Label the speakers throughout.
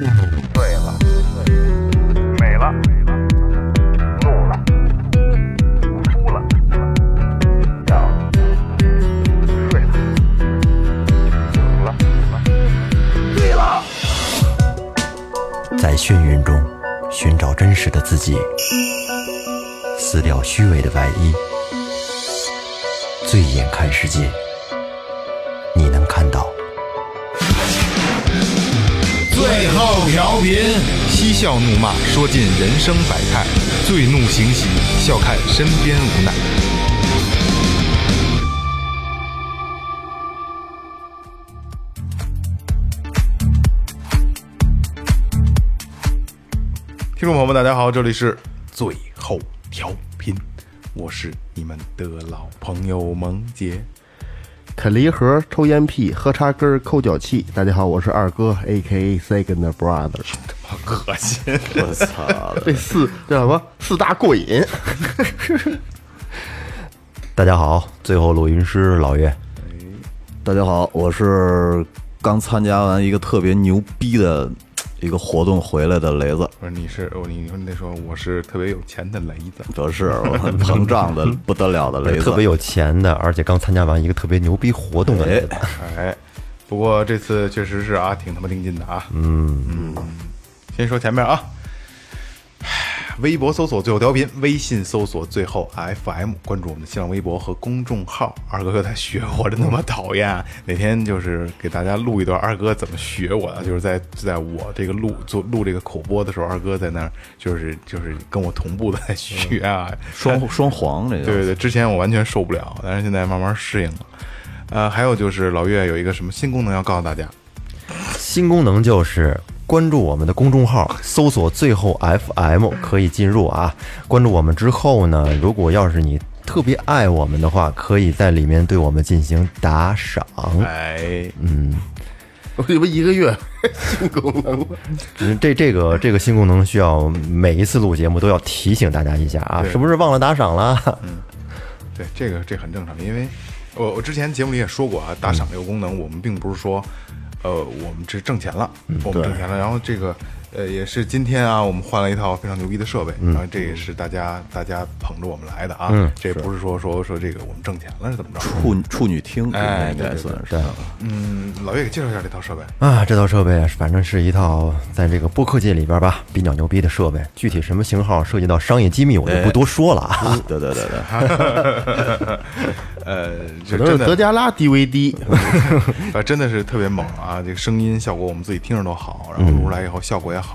Speaker 1: 了，
Speaker 2: 美了，怒了，哭了，笑了，睡了，醒了，醉了。
Speaker 3: 在眩晕中寻找真实的自己，撕掉虚伪的外衣，醉眼看世界，你能看到。
Speaker 4: 最后调频，嬉笑怒骂，说尽人生百态；醉怒行喜，笑看身边无奈。听众朋友们，大家好，这里是最后调频，我是你们的老朋友萌姐。
Speaker 5: 啃梨核、抽烟屁、喝茶根儿、抠脚气。大家好，我是二哥，A K A Second Brother。
Speaker 4: 恶心，
Speaker 1: 我操！
Speaker 5: 这四叫什么？四大过瘾。
Speaker 3: 大家好，最后录音师老岳，
Speaker 1: 大家好，我是刚参加完一个特别牛逼的一个活动回来的雷子，
Speaker 4: 不是你是我，你说那时候我是特别有钱的雷子，
Speaker 1: 不是我很膨胀的不得了的雷 子，
Speaker 3: 特别有钱的，而且刚参加完一个特别牛逼活动的
Speaker 1: 哎
Speaker 3: 日子，
Speaker 4: 哎，不过这次确实是啊，挺他妈定劲的啊。嗯嗯，先说前面啊， 唉微博搜索最后调频，微信搜索最后 FM，关注我们的新浪微博和公众号。二哥又在学我，真他妈讨厌啊！哪天就是给大家录一段二哥怎么学我的，就是在就在我这个录做录这个口播的时候，二哥在那儿就是就是跟我同步的在学啊，
Speaker 1: 嗯双双黄这个，
Speaker 4: 对对对，之前我完全受不了，但是现在慢慢适应了。呃，还有就是老岳有一个什么新功能要告诉大家，
Speaker 3: 新功能就是关注我们的公众号，搜索最后 FM 可以进入啊。关注我们之后呢，如果要是你特别爱我们的话，可以在里面对我们进行打赏。嗯
Speaker 4: 哎，
Speaker 5: 我这不一个月新功能吗？
Speaker 3: 嗯这这个这个新功能需要每一次录节目都要提醒大家一下啊，
Speaker 4: 对
Speaker 3: 是不是忘了打赏了？
Speaker 1: 嗯
Speaker 4: 对，这个这很正常，因为我我之前节目里也说过啊，打赏这个功能，我们并不是说，呃，我们这挣钱了，我们挣钱了，然后这个。呃，也是今天啊，我们换了一套非常牛逼的设备，然后这也是大家大家捧着我们来的啊，这不是说说说这个我们挣钱了是怎么着？
Speaker 1: 处女处女听，
Speaker 4: 哎
Speaker 1: 应
Speaker 4: 对
Speaker 1: 该
Speaker 4: 对
Speaker 1: 算是。
Speaker 4: 嗯，老岳给介绍一下这套设 备。
Speaker 3: 啊，这套设备啊反正是一套在这个播客界里边吧比较牛逼的设备，具体什么型号涉及到商业机密，我就不多说了啊。
Speaker 1: 哎嗯对对对对，
Speaker 4: 呃，这
Speaker 5: 可能
Speaker 4: 真
Speaker 5: 是
Speaker 4: 的
Speaker 5: 德加拉 DVD。
Speaker 4: 啊，真的是特别猛啊！这个声音效果我们自己听着都好，然后录出来以后效果也好。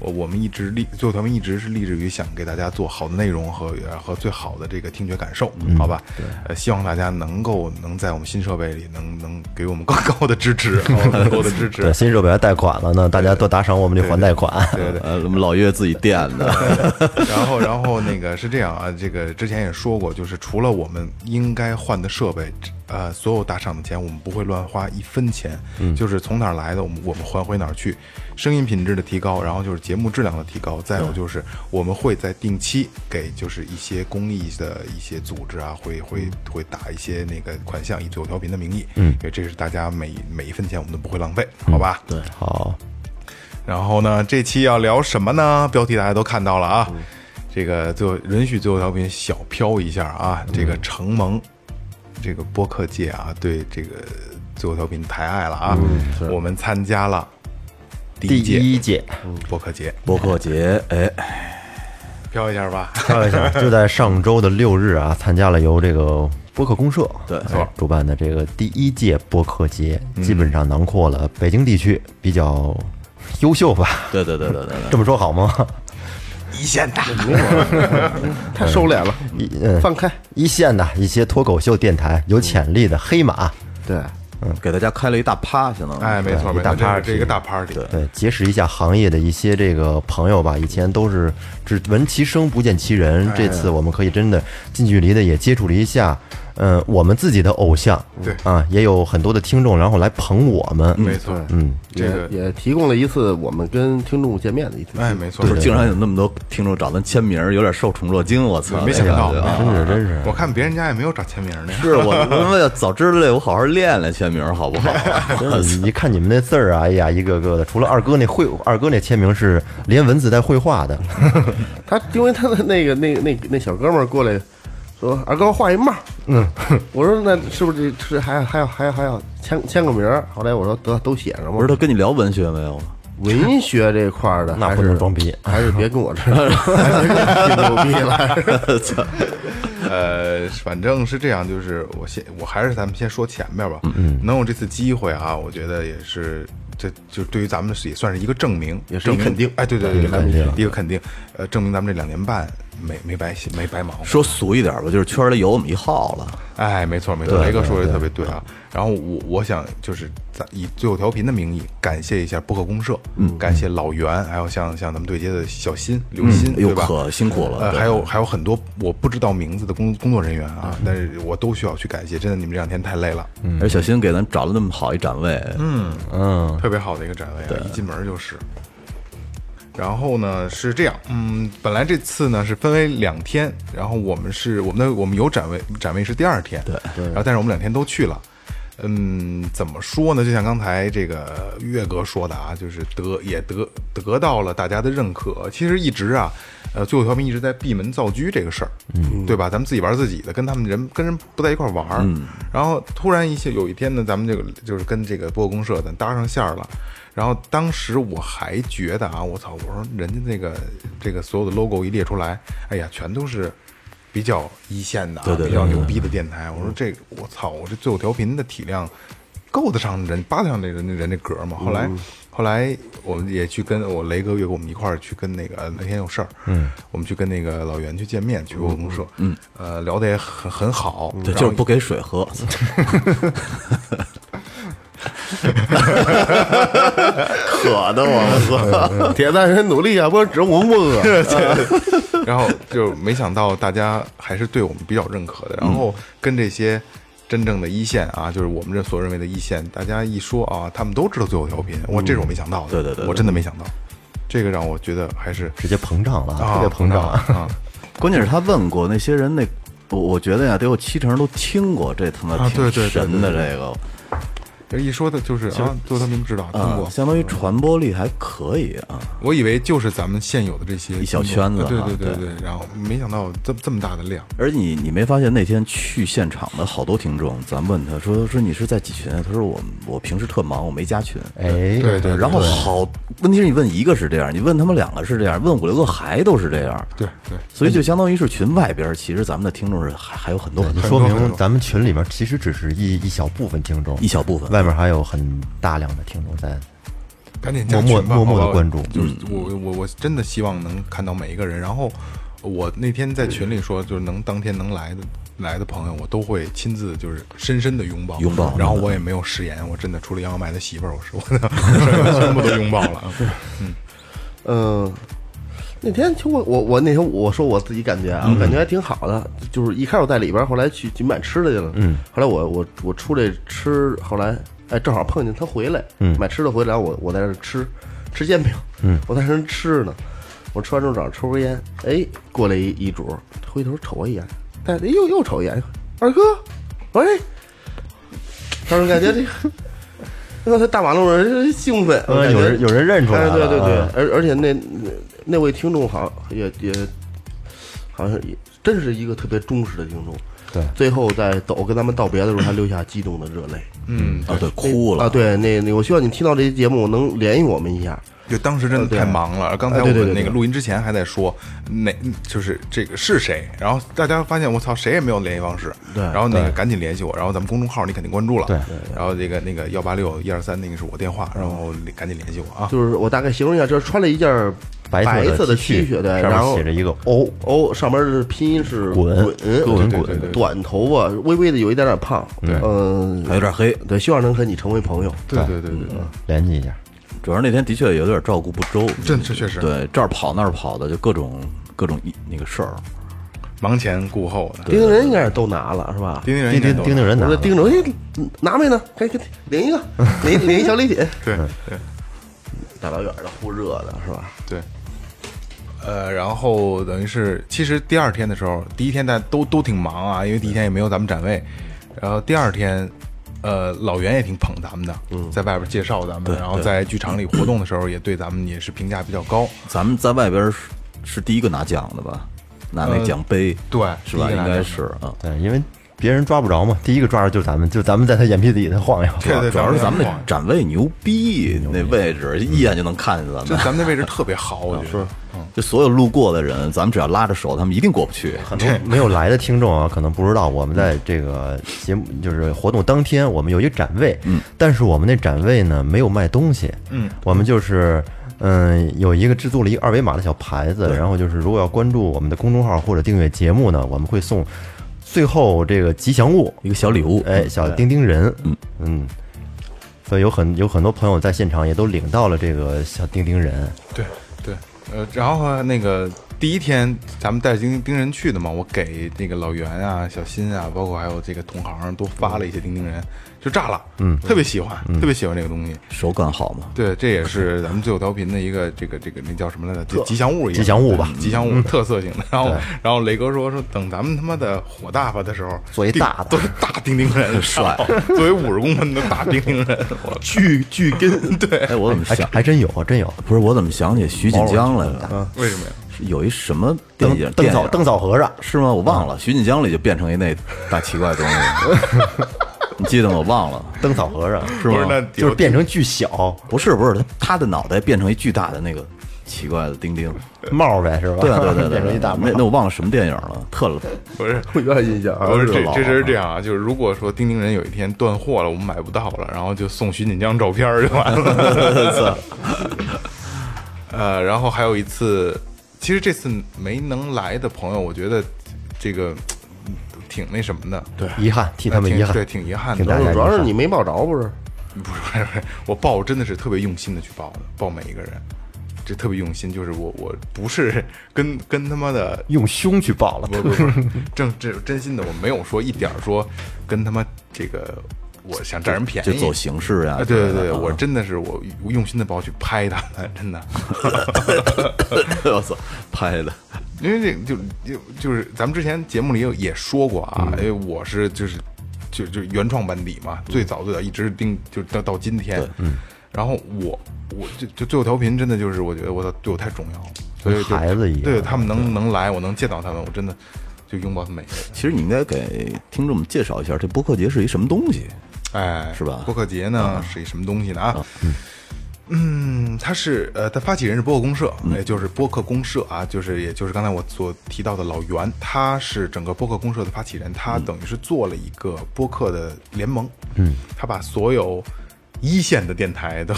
Speaker 4: 我我们一直立，最后咱们一直是立志于想给大家做好的内容和呃和最好的这个听觉感受，好吧？呃，希望大家能够能在我们新设备里能能给我们更高的支 持，好吧更多的支持
Speaker 3: 对，。新设备还贷款了呢，大家多打赏我们就还贷款。
Speaker 4: 对对对，
Speaker 1: 呃，我们老岳自己垫的，
Speaker 4: 然后，然后那个是这样啊，这个之前也说过，就是除了我们应该换的设备，呃，所有打赏的钱我们不会乱花一分钱，就是从哪儿来的，我们我们还回哪儿去。声音品质的提高，然后就是节目质量的提高，再有就是我们会在定期给就是一些公益的一些组织啊，会会会打一些那个款项，以最后调频的名义，嗯，因为这是大家每每一分钱我们都不会浪费，好吧？对。
Speaker 3: 好，
Speaker 4: 然后呢，这期要聊什么呢？标题大家都看到了啊，这个最后允许最后调频小飘一下啊，这个承蒙这个播客界啊对这个最后调频抬爱了啊，我们参加了第
Speaker 3: 第
Speaker 4: 一届嗯
Speaker 3: 一届
Speaker 4: 播客节，
Speaker 1: 博客节，哎，
Speaker 4: 飘一下吧。
Speaker 3: 开玩笑， 就在上周的六日啊，参加了由这个播客公社
Speaker 1: 对
Speaker 3: 哎
Speaker 1: 没错嗯
Speaker 3: 主办的这个第一届播客节，基本上囊括了北京地区比较优秀吧，
Speaker 1: 对对对对对对，
Speaker 3: 这么说好吗？
Speaker 4: 一线大，
Speaker 5: 太收敛了，
Speaker 3: 一嗯，
Speaker 5: 放开。
Speaker 3: 一线的一些脱口秀电台有潜力的黑马，嗯
Speaker 5: 对，
Speaker 1: 给大家开了一大趴，相当于。
Speaker 4: 哎，没错没
Speaker 3: 一大
Speaker 4: 错，这是
Speaker 3: party
Speaker 4: 这一个大 party，对
Speaker 3: 对，结识一下行业的一些这个朋友吧。以前都是
Speaker 5: 哎
Speaker 3: 只闻其声不见其人，这次我们可以真的近距离的也接触了一下，嗯，我们自己的偶像，
Speaker 4: 对
Speaker 3: 啊，也有很多的听众，然后来捧我们，
Speaker 4: 没错，
Speaker 3: 嗯，
Speaker 4: 这个
Speaker 5: 也也提供了一次我们跟听众见面的一次机会。
Speaker 4: 哎，没错
Speaker 1: 不，是，竟然有那么多听众找咱签名儿，有点受宠若惊，我操！
Speaker 4: 没想到，
Speaker 1: 那感觉啊
Speaker 4: 没想到
Speaker 3: 真是真是
Speaker 4: 我看别人家也没有找签名的呀，
Speaker 1: 是我他妈要早知道这，我好好练练签名儿，好不好？
Speaker 3: 真的嗯你一看你们那字儿啊，哎呀，一个个的，除了二哥那绘，二哥那签名是连文字带绘画的，
Speaker 5: 他因为他的那个那那那小哥们儿过来说：“二哥画一帽。”嗯，我说那是不是这是还要还要还要还要签签个名儿？后来我说得都写上吧。
Speaker 1: 不是他跟你聊文学没有吗？
Speaker 5: 文学这块儿的，
Speaker 3: 那
Speaker 5: 还
Speaker 3: 不能
Speaker 5: 是
Speaker 3: 装逼
Speaker 5: 还是别跟我这儿 还是别跟我吹牛逼了。
Speaker 4: 呃，反正是这样，就是我先，我还是咱们先说前面吧。嗯，能有这次机会啊，我觉得也是，这就对于咱们是也算是一个证明，
Speaker 5: 也是一
Speaker 4: 证明
Speaker 5: 肯定
Speaker 4: 哎，对对对，对
Speaker 3: 肯定
Speaker 4: 一个肯定，呃，证明咱们这两年半没没白没白忙活。
Speaker 1: 说俗一点吧，就是圈里有我们一号了。
Speaker 4: 哎，没错没错，雷哥说的特别对啊。然后我我想就是咱以最后调频的名义感谢一下播客公社，嗯，感谢老袁，还有像像咱们对接的小新、刘鑫，
Speaker 1: 哎呦
Speaker 4: 对吧？
Speaker 1: 可辛苦了
Speaker 4: 呃，
Speaker 1: 对嗯
Speaker 4: 还有还有很多我不知道名字的工工作人员啊，但是我都需要去感谢，真的你们这两天太累了，
Speaker 1: 而小新给咱找了那么好一展位，
Speaker 3: 嗯，
Speaker 4: 特别好的一个展位啊，一进门就是。然后呢是这样，嗯，本来这次呢是分为两天，然后我们是我们的我们有展位，展位是第二天，对，然后但是我们两天都去了。嗯，怎么说呢？就像刚才这个岳哥说的啊，就是得也得得到了大家的认可。其实一直啊，呃，最后调频一直在闭门造车这个事儿，嗯，对吧？咱们自己玩自己的，跟他们人跟人不在一块儿玩儿。然后突然一下有一天呢，咱们这个就是跟这个播客公社咱搭上线儿了。然后当时我还觉得啊，我操！我说人家那个这个所有的 logo 一列出来，哎呀，全都是比较一线的、啊、
Speaker 1: 对对对
Speaker 4: 比较牛逼的电台。我说这个，我操！我这最后调频的体量够得上人扒得上这人人这格吗？后来、
Speaker 1: 嗯
Speaker 4: 后来我们也去跟我雷哥岳哥我们一块儿去跟那个呃那天有事儿，嗯，我们去跟那个老袁去见面，去我公社，嗯，呃，聊得也很很好，
Speaker 1: 对，
Speaker 4: 然
Speaker 1: 就
Speaker 4: 后
Speaker 1: 是不给 水喝。渴的 我操！
Speaker 5: 铁蛋人努力啊，不然只有我们不饿。
Speaker 1: 啊
Speaker 4: 然后就没想到大家还是对我们比较认可的。然后跟这些真正的一线啊，就是我们这所认为的一线，大家一说啊，他们都知道最后调频，我这是我没想到的，
Speaker 1: 嗯对对对对
Speaker 4: 我真的没想到，这个让我觉得还是
Speaker 3: 直接膨胀了，
Speaker 4: 啊
Speaker 3: 特别膨胀，
Speaker 4: 啊，
Speaker 1: 关键是他问过那些人那，我我觉得呀，得有七成都听过这他妈
Speaker 4: 啊对
Speaker 1: 挺
Speaker 4: 对对
Speaker 1: 神的这个，
Speaker 4: 这一说的就是啊，最后调频知道听
Speaker 1: 啊
Speaker 4: 过，，
Speaker 1: 相当于传播力还可以啊。
Speaker 4: 我以为就是咱们现有的这些
Speaker 1: 一小圈子啊
Speaker 4: 对对对对，然后没想到这这么大的量。
Speaker 1: 而你你没发现那天去现场的好多听众，咱问他说说你是在几群啊？他说我我平时特忙，我没加群。
Speaker 3: 哎，
Speaker 4: 对对
Speaker 1: 然后好，问题是你问一个是这样，你问他们两个是这样，问五六个还都是这样，
Speaker 4: 对对，
Speaker 1: 所以就相当于是群外边，其实咱们的听众是还还有很多很
Speaker 3: 就
Speaker 1: 多
Speaker 3: 说明咱们群里面其实只是一一小部分听众，
Speaker 1: 一小部分。
Speaker 3: 外面还有很大量的听众在，
Speaker 4: 赶紧加
Speaker 3: 默默
Speaker 4: 群吧
Speaker 3: 默默
Speaker 4: 好
Speaker 3: 地
Speaker 4: 吧嗯
Speaker 3: 关注
Speaker 1: 嗯
Speaker 3: 嗯
Speaker 4: 就是我我我真的希望能看到每一个人。然后我那天在群里说，就是能当天能来的来的朋友，我都会亲自就是深深的拥抱
Speaker 1: 拥抱
Speaker 4: 然后我也没有食言，我真的除了杨小麦的媳妇儿，我是我的我全部都拥抱 了。
Speaker 5: 嗯，那天就我我我那天我说我自己感觉啊，我感觉还挺好的，就是一开始我在里边儿，后来去去买吃的去了，嗯，后来我我我出来吃，后来哎正好碰见他回来，嗯，买吃的回来，我我在这儿吃吃煎饼，嗯，我在这儿吃呢，我吃完之后正好抽根烟，哎，过来一一主，回头瞅我一眼，但哎又又瞅我一眼，二哥，我说哎，当时感觉这个。刚才大马路上人兴奋，我
Speaker 3: 呃，
Speaker 5: 感觉
Speaker 3: 有人有人认出来
Speaker 5: 哎，对
Speaker 3: 了，
Speaker 5: 对对
Speaker 3: 啊，
Speaker 5: 而而且那那那位听众好像也也好像也真是一个特别忠实的听众。
Speaker 3: 对
Speaker 5: 最后在走跟咱们道别的时候，还流下激动的热泪。
Speaker 4: 嗯，
Speaker 1: 啊，对，哭了
Speaker 5: 啊，。对，那那我希望你听到这期节目能联系我们一下。
Speaker 4: 就当时真的太忙了。
Speaker 3: 哎
Speaker 4: 刚
Speaker 3: 啊
Speaker 4: 才我
Speaker 5: 对对
Speaker 4: 们
Speaker 5: 对对
Speaker 4: 那个录音之前还在说，哪就是这个是谁，然后大家发现我操，谁也没有联系方式。
Speaker 5: 对
Speaker 4: 然后那个赶紧联系我，然后咱们公众号你肯定关注了。
Speaker 3: 对，
Speaker 4: 然后这个那个幺八六一二三那个是我电话，然后你赶紧联系我啊。
Speaker 5: 就是我大概形容一下，就是穿了一件
Speaker 3: 白
Speaker 5: 白
Speaker 3: 色
Speaker 5: 色的
Speaker 3: T
Speaker 5: T 恤，对，
Speaker 3: 上
Speaker 5: 然
Speaker 3: 面
Speaker 5: 后
Speaker 3: 写着一个 O，
Speaker 5: 哦，上面是拼音是
Speaker 3: 滚
Speaker 5: 滚
Speaker 3: 滚
Speaker 4: 对对对对
Speaker 3: 滚，
Speaker 5: 短头发，微微的有一点点胖，嗯，
Speaker 1: 还有点黑，
Speaker 5: 对，希望能和你成为朋友。嗯
Speaker 4: 对对对对对，
Speaker 3: 联系一下，
Speaker 1: 主要是那天的确有点照顾不周，
Speaker 4: 这这确实
Speaker 1: 对这儿跑那儿跑的，就各种各种一那个事儿。
Speaker 4: 忙前顾后的。
Speaker 5: 钉钉人应该是都拿了是吧？
Speaker 4: 钉钉人
Speaker 3: 钉
Speaker 4: 应该
Speaker 3: 钉
Speaker 4: 都
Speaker 3: 钉钉人拿
Speaker 5: 我说
Speaker 3: 了，
Speaker 5: 钉着，哎，拿没呢？给给领 一个，领领一小礼品。
Speaker 4: 对对
Speaker 5: 大老远的忽热的是吧？
Speaker 4: 对。呃，然后等于是，其实第二天的时候，第一天大家都都挺忙啊，因为第一天也没有咱们展位。然后第二天，呃，老袁也挺捧咱们的，
Speaker 1: 嗯
Speaker 4: 在外边介绍咱们，然后在剧场里活动的时候，也对咱们也是评价比较高。
Speaker 1: 咱们在外边儿是是第一个拿奖的吧？拿那
Speaker 4: 呃
Speaker 1: 奖杯，
Speaker 4: 对
Speaker 1: 是吧？
Speaker 4: 第一个
Speaker 1: 应
Speaker 4: 拿
Speaker 1: 该
Speaker 4: 奖
Speaker 1: 是啊。
Speaker 3: 对，因为别人抓不着嘛，第一个抓着就是咱们，就咱们在他眼皮子底下晃悠。
Speaker 4: 对对，
Speaker 1: 主要是咱们那
Speaker 4: 那，
Speaker 1: 展位牛逼，那位置一眼就能看见咱
Speaker 4: 就
Speaker 1: 们。
Speaker 4: 呃
Speaker 1: 嗯
Speaker 4: 咱们那位置特别好，我觉得。
Speaker 1: 就所有路过的人，咱们只要拉着手，他们一定过不去。
Speaker 3: 很多没有来的听众啊，可 能不知道，我们在这个节目就是活动当天，我们有一个展位，嗯，但是我们那展位呢没有卖东西，嗯，我们就是嗯有一个制作了一个二维码的小牌子，然后就是如果要关注我们的公众号或者订阅节目呢，我们会送最后这个吉祥物，
Speaker 1: 一个小礼物，
Speaker 3: 哎，小钉钉人，嗯嗯，所以有很有很多朋友在现场也都领到了这个小钉钉人，
Speaker 4: 对对，呃，然后啊那个第一天咱们带着钉钉人去的嘛，我给那个老袁啊、小新啊，包括还有这个同行都发了一些钉钉人，就炸了，嗯，特别喜欢，特别喜欢这个东西。
Speaker 1: 手感好嘛。
Speaker 4: 对，这也是咱们最后调频的一个这个这个那叫什么来着？就吉祥物一样，
Speaker 3: 吉祥物吧
Speaker 4: 对吉祥物特色型的。然后然后雷哥说说，等咱们他妈的火大发的时候，
Speaker 3: 做一
Speaker 4: 钉
Speaker 3: 大的
Speaker 4: 都是大钉钉人，帅， 作为五十公分的大钉钉人，我巨巨根， 对，
Speaker 1: 哎，我怎么
Speaker 3: 还
Speaker 1: 想？
Speaker 3: 还真有，真有，
Speaker 1: 不是我怎么想起徐锦江来
Speaker 5: 嗯
Speaker 1: 了？
Speaker 4: 为什么呀？
Speaker 1: 是有一什么电
Speaker 3: 邓
Speaker 1: 影？
Speaker 3: 邓
Speaker 1: 电
Speaker 3: 枣
Speaker 1: 影
Speaker 3: 邓枣和尚。啊
Speaker 1: 是吗？我忘了。徐锦江里就变成一那大奇怪的东西，你记得吗？我忘了，
Speaker 3: 灯草和尚是
Speaker 1: 是
Speaker 4: 不是
Speaker 1: 吗？
Speaker 4: 那
Speaker 3: 就是变成巨小
Speaker 1: 不是不是，他他的脑袋变成一巨大的那个奇怪的钉钉。
Speaker 3: 帽儿呗，是吧？
Speaker 1: 对啊对对对
Speaker 3: 变成一
Speaker 1: 对，
Speaker 3: 大帽
Speaker 1: 那
Speaker 3: 儿。
Speaker 1: 那我忘了什么电影了，特
Speaker 4: 不是
Speaker 5: 我有点印象啊，
Speaker 4: 不是
Speaker 1: 是
Speaker 4: 这
Speaker 1: 老
Speaker 4: 这事
Speaker 1: 了
Speaker 4: 是这样啊，就是如果说钉钉人有一天断货了，我们买不到了，然后就送徐锦江照片儿就完 了。 呃，然后还有一次，其实这次没能来的朋友，我觉得这个嗯挺那什么的，对，
Speaker 3: 遗憾，替他们遗憾。
Speaker 4: 对，挺遗憾
Speaker 3: 挺
Speaker 4: 的。
Speaker 3: 大
Speaker 5: 主
Speaker 3: 家
Speaker 5: 要主要是你没抱着，不是？
Speaker 4: 不是不是，不是 我报真的是特别用心的去报的，报每一个人，这特别用心，就是我我不是跟跟他妈的
Speaker 3: 用胸去抱了，
Speaker 4: 不不不，正这真心的，我没有说一点儿说跟他妈这个，我想占人便宜，
Speaker 1: 就走形式呀
Speaker 4: 啊，。对对
Speaker 1: 之类
Speaker 4: 对，
Speaker 1: 的啊
Speaker 4: 我真的是我我用心的包去拍他们，真的，
Speaker 1: 我操，拍的
Speaker 4: 因为这个就就就是咱们之前节目里有也说过啊，因
Speaker 1: 嗯
Speaker 4: 为我是就是就就原创班底嘛，最早最早一直定就到到今天，嗯，然后我我就就最后调频真的就是我觉得我操对我太重要了，所以就
Speaker 3: 孩子一样
Speaker 4: 对他们能能来，我能见到他们，我真的就拥抱他们每一个人。
Speaker 1: 其实你应该给听众们介绍一下，这播客节是一什么东西？
Speaker 4: 哎，
Speaker 1: 是吧
Speaker 4: 播客节呢是一什么东西呢啊？嗯，它是呃，它发起人是播客公社，
Speaker 1: 嗯
Speaker 4: 也就是播客公社啊，就是也就是刚才我所提到的老袁，他是整个播客公社的发起人，
Speaker 1: 嗯
Speaker 4: 他等于是做了一个播客的联盟，嗯，他把所有一线的电台都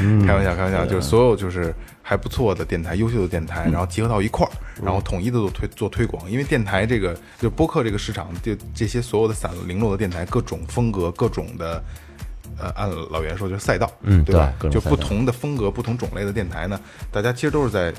Speaker 3: 嗯
Speaker 4: 开玩笑，开玩笑，就是所有就是还不错的电台、优秀的电
Speaker 3: 嗯
Speaker 4: 台，然后结合到一块儿，然后统一的做推做推广。因为电台这个就播客这个市场，就这些所有的散零落的电台，各种风格、各种的，呃，按老袁说就是赛道，嗯，对吧？
Speaker 3: 对各种
Speaker 4: 就
Speaker 3: 赛
Speaker 4: 不
Speaker 3: 道
Speaker 4: 同的风格、不同种类的电台呢，大家其实都是在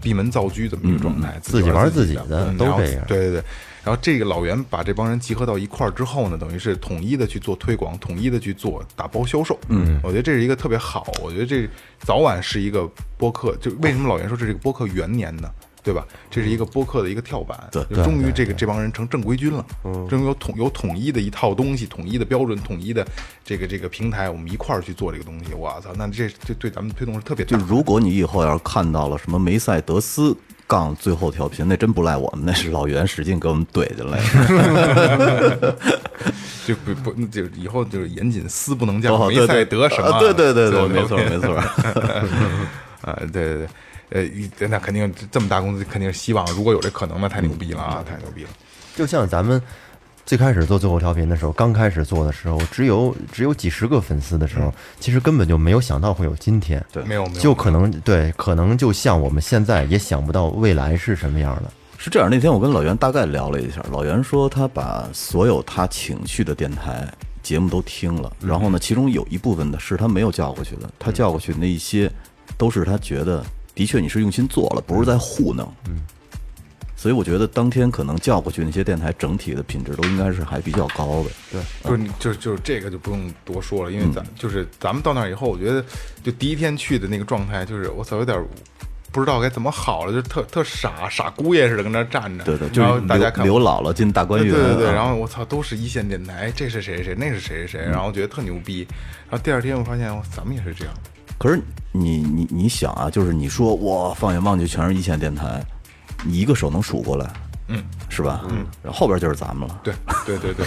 Speaker 4: 闭门造车这么一个状态，
Speaker 3: 嗯自己玩
Speaker 4: 自
Speaker 3: 自己
Speaker 4: 的
Speaker 3: 的，
Speaker 4: 嗯
Speaker 3: 都
Speaker 4: 然后
Speaker 3: 这样
Speaker 4: 对对对。然后这个老袁把这帮人集合到一块儿之后呢，等于是统一的去做推广，统一的去做打包销售。嗯，我觉得这是一个特别好，我觉得这早晚是一个播客，就为什么老袁说这是一个播客元年呢？对吧？这是一个播客的一个跳板，对，终于这个这帮人成正规军了，终于有统有统一的一套东西，统一的标准，统一的这个这个平台，我们一块儿去做这个东西。我操，那这这对咱们推动是特别大
Speaker 1: 就
Speaker 4: 的。
Speaker 1: 如果你以后要是看到了什么梅赛德斯杠最后调频，那真不赖我们，那是老袁使劲给我们怼进来的。
Speaker 4: 就不不，就以后就是严谨，丝不能加，
Speaker 1: 哦
Speaker 4: 梅赛德什么？
Speaker 1: 对对对对，
Speaker 4: 我
Speaker 1: 对没错没错。
Speaker 4: 啊，对对对，呃，那肯定这么大公司肯定是希望，如果有这可能，那太牛逼了
Speaker 1: 嗯
Speaker 4: 啊，太牛逼了。
Speaker 3: 就像咱们最开始做最后调频的时候，刚开始做的时候，只有只有几十个粉丝的时
Speaker 4: 嗯
Speaker 3: 候，其实根本就没有想到会有今天。对
Speaker 4: 没有没有
Speaker 3: 就可能对，可能就像我们现在也想不到未来是什么样的。
Speaker 1: 是这样，那天我跟老袁大概聊了一下，老袁说他把所有他请去的电台节目都听了，
Speaker 4: 嗯
Speaker 1: 然后呢，其中有一部分的是他没有叫过去的，他叫过去那一
Speaker 4: 嗯
Speaker 1: 些都是他觉得的确你是用心做了，不是在糊弄。所以我觉得当天可能叫过去那些电台整体的品质都应该是还比较高的。
Speaker 4: 对，不是，就就这个就不用多说了，因为
Speaker 1: 嗯
Speaker 4: 咱、就是咱们到那儿以后，我觉得就第一天去的那个状态，就是我操，有点儿不知道该怎么好了，就特特傻傻姑爷似的跟那儿站着，
Speaker 1: 对对，就
Speaker 4: 然后
Speaker 1: 是
Speaker 4: 大家看
Speaker 1: 刘刘姥姥进大观园，
Speaker 4: 对对对，
Speaker 1: 啊
Speaker 4: 然后我操，都是一线电台，这是谁谁谁，那是谁谁谁，然后觉得特牛逼，然后第二天我发现哇咱们也是这样，
Speaker 1: 可是你你你想啊，就是你说哇，放眼望去全是一线电台，你一个手能数过来，
Speaker 4: 嗯，
Speaker 1: 是吧？嗯，然后后边就是咱们了。
Speaker 4: 对对对对，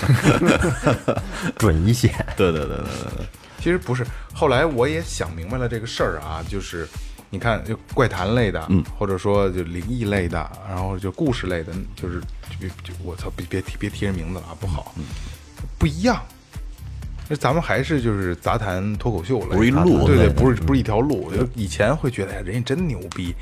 Speaker 3: 准一线，
Speaker 1: 对对对对对对，
Speaker 4: 呃其实不是，后来我也想明白了这个事儿啊，就是你看，就怪谈类的，嗯，或者说就灵异类的，然后就故事类的，就是就别就我操，别别提别提人名字了啊，不好，
Speaker 1: 嗯
Speaker 4: 不一样。那咱们还是就是杂谈脱口秀类，
Speaker 1: 不是一路
Speaker 4: 对对，
Speaker 1: 类的
Speaker 4: 不是不是一条路。就以前会觉得哎人家真牛逼，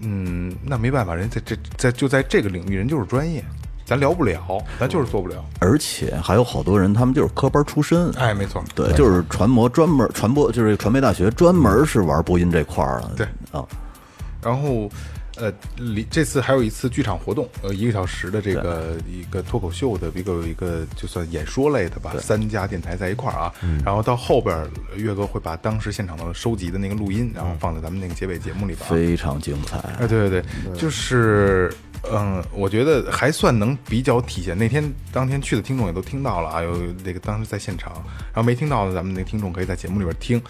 Speaker 4: 嗯，那没办法，人在这在就在这个领域，人就是专业，咱聊不了，咱就是做不了。
Speaker 1: 而且还有好多人，他们就是科班出身。
Speaker 4: 哎，没错，
Speaker 1: 对，就是传播专门传播，就是传媒大学专门是玩播音这块儿的。
Speaker 4: 对
Speaker 1: 啊，
Speaker 4: 然后，呃，里这次还有一次剧场活动，呃，一个小时的这个一个脱口秀的一个一个就算演说类的吧，三家电台在一块儿啊。然后到后边儿，岳哥会把当时现场的收集的那个录音，然后放在咱们那个结尾节目里边啊。
Speaker 1: 非常精彩。
Speaker 4: 哎，对对对，就是，嗯，我觉得还算能比较体现。那天当天去的听众也都听到了啊，有那个当时在现场，然后没听到的咱们那个听众可以在节目里边听。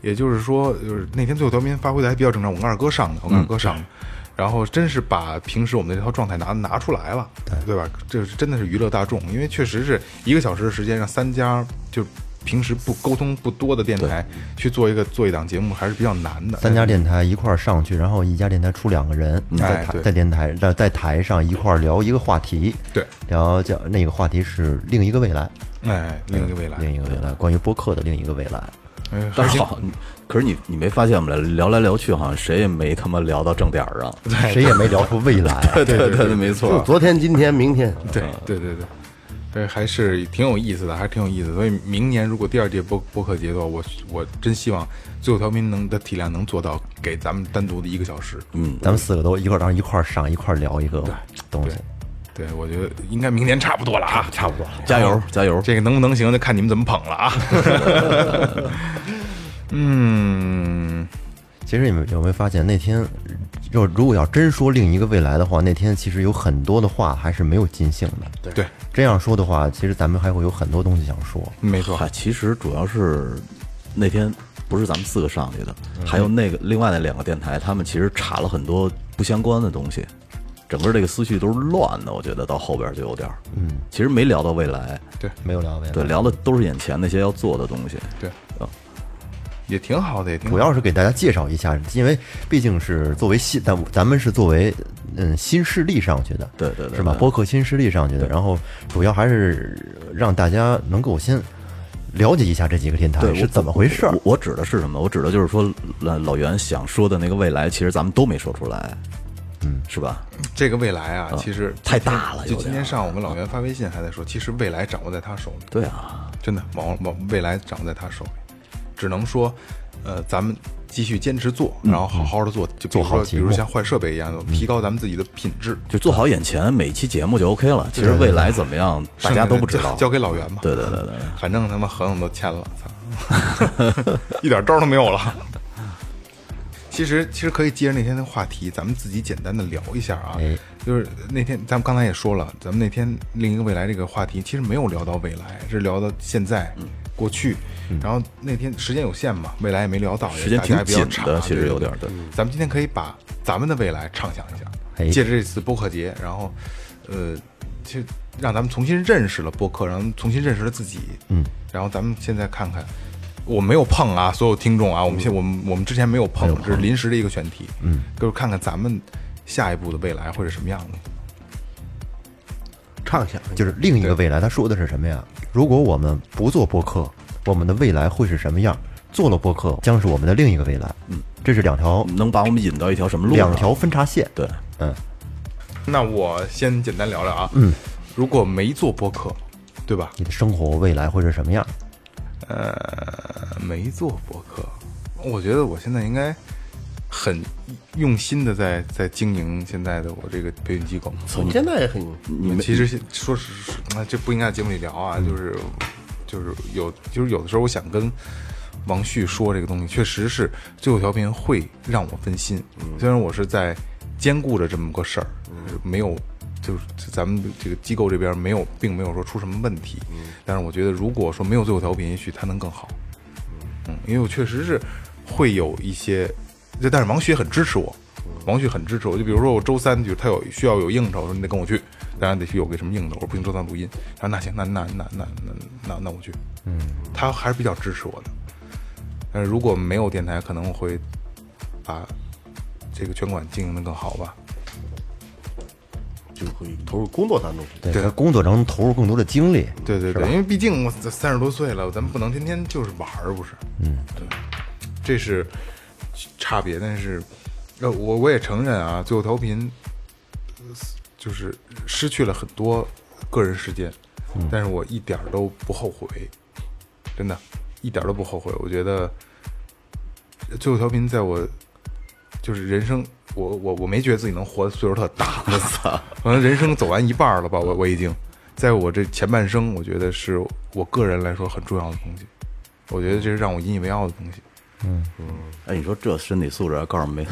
Speaker 4: 也就是说，就是那天最后调频发挥的还比较正常，我跟二哥上的，我跟二哥上的。然后真是把平时我们的这套状态拿拿出来了，对对吧？这是真的是娱乐大众，因为确实是一个小时的时间，让三家就平时不沟通不多的电台去做一个做一档节目，还是比较难的。
Speaker 3: 三家电台一块儿上去，然后一家电台出两个人，在
Speaker 4: 哎
Speaker 3: 台
Speaker 4: 对
Speaker 3: 在电台在在台上一块儿聊一个话题，
Speaker 4: 对，
Speaker 3: 聊叫那个话题是另一个未来，嗯
Speaker 4: 哎，另一个未来，
Speaker 3: 另一个未来，关于播客的另一个未来，
Speaker 4: 哎，还
Speaker 1: 但
Speaker 4: 是
Speaker 1: 是
Speaker 4: 挺
Speaker 1: 好，可是你你没发现我们俩聊来聊去，好像谁也没他妈聊到正点儿上。
Speaker 3: 谁也没聊出未来。啊
Speaker 1: 对对对对，没错
Speaker 5: 就。昨天、今天、明天，
Speaker 4: 对对对对，对，还是挺有意思的，还是挺有意思的。所以明年如果第二届播播客节的话，我我真希望最后调频能的体量能做到给咱们单独的一个小时。嗯，
Speaker 3: 咱们四个都一块儿，然后一块儿上，一块儿聊一个东西。
Speaker 4: 对，我觉得应该明年差不多了啊，差不多了。
Speaker 1: 加油加油！
Speaker 4: 这个能不能行，就看你们怎么捧了啊。嗯，
Speaker 3: 其实你们有没有发现，那天就如果要真说另一个未来的话，那天其实有很多的话还是没有尽兴的。
Speaker 4: 对，
Speaker 3: 这样说的话，其实咱们还会有很多东西想说。
Speaker 4: 没错，
Speaker 1: 嗨，啊其实主要是那天不是咱们四个上去的，还有那个另外那两个电台，他们其实查了很多不相关的东西，整个这个思绪都是乱的。我觉得到后边就有点，嗯，其实没聊到未来，
Speaker 3: 没有聊未来，
Speaker 1: 对，聊的都是眼前那些要做的东西。
Speaker 4: 对
Speaker 1: 啊，
Speaker 4: 也挺好的，也挺好
Speaker 3: 主要是给大家介绍一下，因为毕竟是作为新，咱咱们是作为嗯新势力上去的，
Speaker 1: 对对对
Speaker 3: 是吧？
Speaker 1: 对
Speaker 3: 播客新势力上去的，然后主要还是让大家能够先了解一下这几个电台
Speaker 1: 对，
Speaker 3: 是
Speaker 1: 我
Speaker 3: 怎么回事儿
Speaker 1: 我。我指的是什么？我指的就是说，老老袁想说的那个未来，其实咱们都没说出来，嗯，是吧？
Speaker 4: 这个未来啊，其实
Speaker 1: 太大了
Speaker 4: 就
Speaker 1: 有
Speaker 4: 今
Speaker 1: 点
Speaker 4: 天上午我跟老袁发微信还在说，其实未来掌握在他手里。
Speaker 1: 对啊，
Speaker 4: 真的，往往未来掌握在他手里。只能说，呃，咱们继续坚持做，然后
Speaker 1: 嗯
Speaker 4: 好好的做，就比
Speaker 3: 做
Speaker 4: 如
Speaker 3: 好
Speaker 4: 说，
Speaker 3: 节
Speaker 4: 比
Speaker 3: 目
Speaker 4: 如像换设备一样，提高咱们自己的品质。
Speaker 1: 就做好眼前每期节目就 OK 了。其实未来怎么样，大家都不知
Speaker 4: 剩下
Speaker 1: 道
Speaker 4: 的。交给老袁吧。
Speaker 1: 对对对对。
Speaker 4: 反正他妈合同都签了，操， 一点招儿都没有了。其实其实可以接着那天的话题，咱们自己简单的聊一下啊。
Speaker 1: 哎
Speaker 4: 就是那天咱们刚才也说了，咱们那天另一个未来这个话题，其实没有聊到未来，是聊到现在、过去。然后那天时间有限嘛，未来也没聊到，
Speaker 1: 嗯时间
Speaker 4: 也大家
Speaker 1: 挺
Speaker 4: 也比较
Speaker 1: 紧
Speaker 4: 长
Speaker 1: 的
Speaker 4: 啊
Speaker 1: 其实
Speaker 4: 对
Speaker 1: 有
Speaker 4: 对
Speaker 1: 点儿
Speaker 4: 对
Speaker 1: 对
Speaker 4: 咱们今天可以把咱们的未来畅想一
Speaker 3: 哎
Speaker 4: 下，借着这次播客节，然后，呃，其实让咱们重新认识了播客，让咱们重新认识了自己。嗯，然后咱们现在看看，我没有碰啊，所有听众啊，我们现我们我们之前没有碰，这是临时的一个选题。嗯，就是看看咱们下一步的未来会是什么样子。
Speaker 5: 畅想
Speaker 3: 就是另一个未来，他说的是什么呀？如果我们不做播客，我们的未来会是什么样？做了播客，将是我们的另一个未来。嗯，这是两条
Speaker 1: 能把我们引到一条什么路上？
Speaker 3: 两条分叉线。
Speaker 1: 对，
Speaker 3: 嗯，
Speaker 4: 那我先简单聊聊啊。嗯，如果没做播客，对吧？
Speaker 3: 你的生活未来会是什么样？
Speaker 4: 呃呃，没做博客，我觉得我现在应该很用心的在在经营现在的我这个培训机构。
Speaker 5: 我哦们现嗯在也很
Speaker 4: 你们其实现说实，啊，这不应该在节目里聊啊，就是就是有就是有的时候我想跟王旭说这个东西，确实是最后调频会让我分心。
Speaker 5: 嗯
Speaker 4: 虽然我是在兼顾着这么个事儿，没有就是咱们这个机构这边没有，并没有说出什么问题。
Speaker 5: 嗯
Speaker 4: 但是我觉得如果说没有最后调频，也许它能更好。嗯，因为我确实是会有一些，就但是王旭也很支持我，王旭很支持我。就比如说我周三，就是他有需要有应酬，说你得跟我去，当然得去有个什么应酬，我说不行，周三录音。他说那行，那那那那那那那我去。嗯，他还是比较支持我的。但是如果没有电台，可能我会把这个拳馆经营的更好吧。
Speaker 5: 就会投入工作当中。
Speaker 3: 对他工作当中投入更多的精力，
Speaker 4: 对对对，因为毕竟我三十多岁了，咱们不能天天就是玩儿，不是？嗯，对，这是差别。但是，呃，我我也承认啊，最后调频呃就是失去了很多个人时间，但是我一点儿都不后悔，真的，一点儿都不后悔。我觉得呃最后调频在我就是人生，我我我没觉得自己能活的岁数特大， 我操，可能人生走完一半儿了吧，我我已经，在我这前半生，我觉得是我个人来说很重要的东西，我觉得这是让我引以为傲的东西。嗯
Speaker 1: 哎，你说这身体素质，告诉没，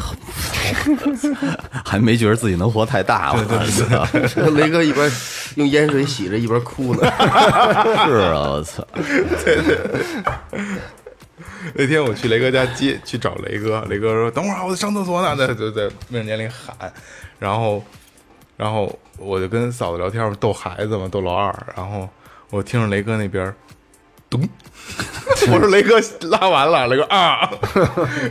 Speaker 1: 还没觉 得自己能活太大，我
Speaker 4: 啊
Speaker 1: 操！
Speaker 5: 雷哥一边用盐水洗着，一边哭 呢。
Speaker 1: 是啊，我操！
Speaker 4: 那天我去雷哥家接去找雷哥，雷哥说等会儿啊我上厕所呢，在就在卫生间里喊，然后然后我就跟嫂子聊天，逗孩子嘛，逗老二，然后我听着雷哥那边。咚！我说雷哥拉完了，雷哥啊，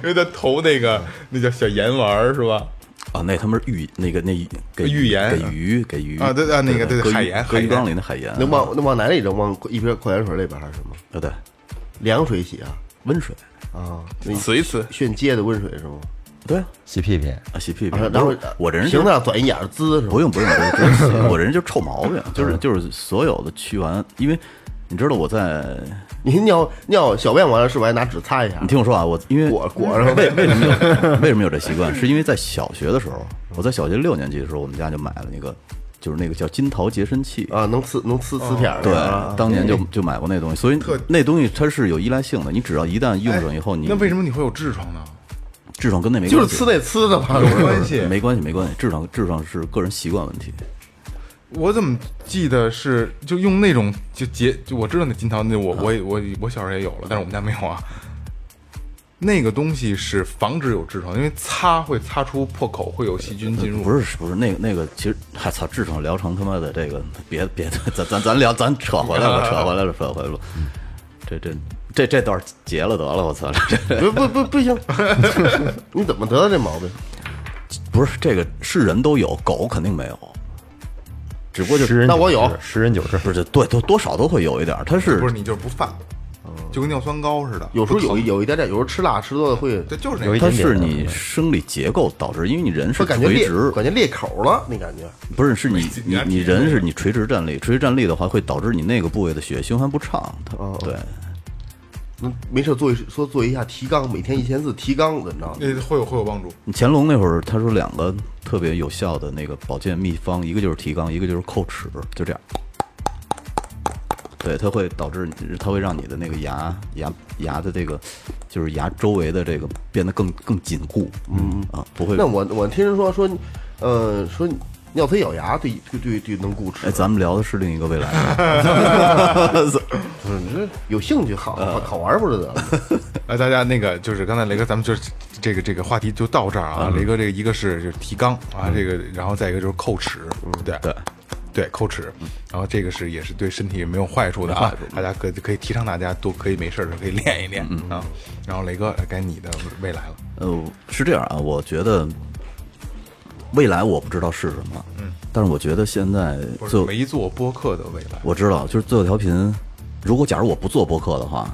Speaker 4: 因为他投那个那叫小盐丸儿是吧？
Speaker 1: 啊，那他妈是浴那个那给
Speaker 4: 浴盐
Speaker 1: 给鱼给鱼
Speaker 4: 啊对啊那个对对
Speaker 1: 搁鱼
Speaker 4: 海盐
Speaker 1: 搁鱼
Speaker 4: 海盐
Speaker 1: 缸里那海盐，
Speaker 5: 能往能往哪里扔？往一边矿泉水里边还是什么？
Speaker 1: 啊对，
Speaker 5: 凉水洗啊
Speaker 1: 温水，
Speaker 5: 啊，那
Speaker 4: 死一死，
Speaker 5: 炫街的温水是吗？
Speaker 1: 对啊，
Speaker 3: 洗屁屁。
Speaker 1: 啊洗屁屁
Speaker 5: 啊，然后
Speaker 1: 我这人就
Speaker 5: 瓶子上转一眼儿滋是吧？
Speaker 1: 不用不用不用，不用我这人就臭毛病，就是就是所有的去完，因为你知道我在，
Speaker 5: 你尿尿小便完了是不是还拿纸擦一下
Speaker 1: 你？听我说啊，我因为
Speaker 5: 裹裹上
Speaker 1: 为为什么有 为什么有这习惯，是因为在小学的时候，我在小学六年级的时候，我们家就买了那个就是那个叫金桃洁身器，
Speaker 5: 啊，能呲能
Speaker 4: 哦
Speaker 5: 呲呲片儿
Speaker 1: 对
Speaker 5: 是吧，
Speaker 4: 啊
Speaker 1: 当年就就买过那东西，所以那东西它是有依赖性的，你只要一旦用上以后，你
Speaker 4: 哎那为什么你会有痔疮呢？
Speaker 1: 痔疮跟那没
Speaker 5: 就
Speaker 1: 关
Speaker 5: 是
Speaker 1: 系
Speaker 5: 呲那呲 的吧？
Speaker 4: 有关系，
Speaker 1: 没关系没关系，痔疮痔疮是个人习惯问题，
Speaker 4: 我怎么记得是就用那种就结就我知道那金桃那
Speaker 1: 啊
Speaker 4: 我我也我我小时候也有了，但是我们家没有啊。那个东西是防止有痔疮，因为擦会擦出破口，会有细菌进入。
Speaker 1: 不是不是那个那个，其实还操，痔疮疗程他妈的这个，别 别，咱咱咱聊，咱扯回 来了，扯回来了，扯回来了。这这这这段结了得了，我操！这这
Speaker 5: 不不不 不行，你怎么得的这毛病？
Speaker 1: 不是这个是人都有，狗肯定没有，只不过就
Speaker 3: 十人
Speaker 5: 那
Speaker 3: 九
Speaker 5: 我有
Speaker 3: 痔十人九痔。
Speaker 1: 不是对多多少都会有一点儿，它是
Speaker 4: 不是你就是不犯，就跟尿酸高似的。
Speaker 5: 有时候
Speaker 4: 不
Speaker 5: 有
Speaker 4: 疼
Speaker 5: 一有一点点，有时候吃辣吃多了会，
Speaker 4: 对，就是那
Speaker 3: 有
Speaker 4: 个
Speaker 3: 一
Speaker 1: 它
Speaker 3: 点点
Speaker 1: 是你生理结构导致，因为你人是
Speaker 5: 会感觉
Speaker 1: 垂
Speaker 5: 裂
Speaker 1: 直，，
Speaker 5: 感觉裂口了，那感觉。
Speaker 1: 不是是你
Speaker 4: 你
Speaker 1: 你
Speaker 4: 还
Speaker 1: 你
Speaker 4: 挺
Speaker 1: 人是你垂直站立，垂直站立的话会导致你那个部位的血液循环不畅，它对。
Speaker 5: 嗯，没事做一说做一下提纲，每天一千字提纲的，你知道吗？
Speaker 4: 那会有会有帮助。
Speaker 1: 乾隆那会儿，他说两个特别有效的那个保健秘方，一个就是提纲，一个就是叩齿，就这样。对，它会导致你，它会让你的那个牙牙牙的这个，就是牙周围的这个变得更更紧固，嗯啊，不会。
Speaker 5: 那我我听人说说，呃，说尿呲咬牙对对对对能固齿
Speaker 1: 哎，，咱们聊的是另一个未来啊，
Speaker 5: 不是你这有兴趣好好玩不是得了吗？
Speaker 4: 嗯 哎，大家那个就是刚才雷哥，咱们就是这个这个话题就到这儿啊。
Speaker 5: 嗯
Speaker 4: 雷哥，这个一个是就是提纲啊，这个然后再一个就是叩齿，
Speaker 5: 嗯
Speaker 4: 对对对叩齿，然后这个是也是对身体没有坏处的啊。
Speaker 5: 嗯
Speaker 4: 大家可可以提倡大家多可以没事儿的时候可以练一练
Speaker 5: 嗯
Speaker 4: 啊。然后雷哥，该你的未来了，
Speaker 1: 呃，是这样啊，我觉得未来我不知道是什么，嗯，但是我觉得现在
Speaker 4: 不是
Speaker 1: 就
Speaker 4: 没做播客的未来，
Speaker 1: 我知道，就是最后调频，如果假如我不做播客的话，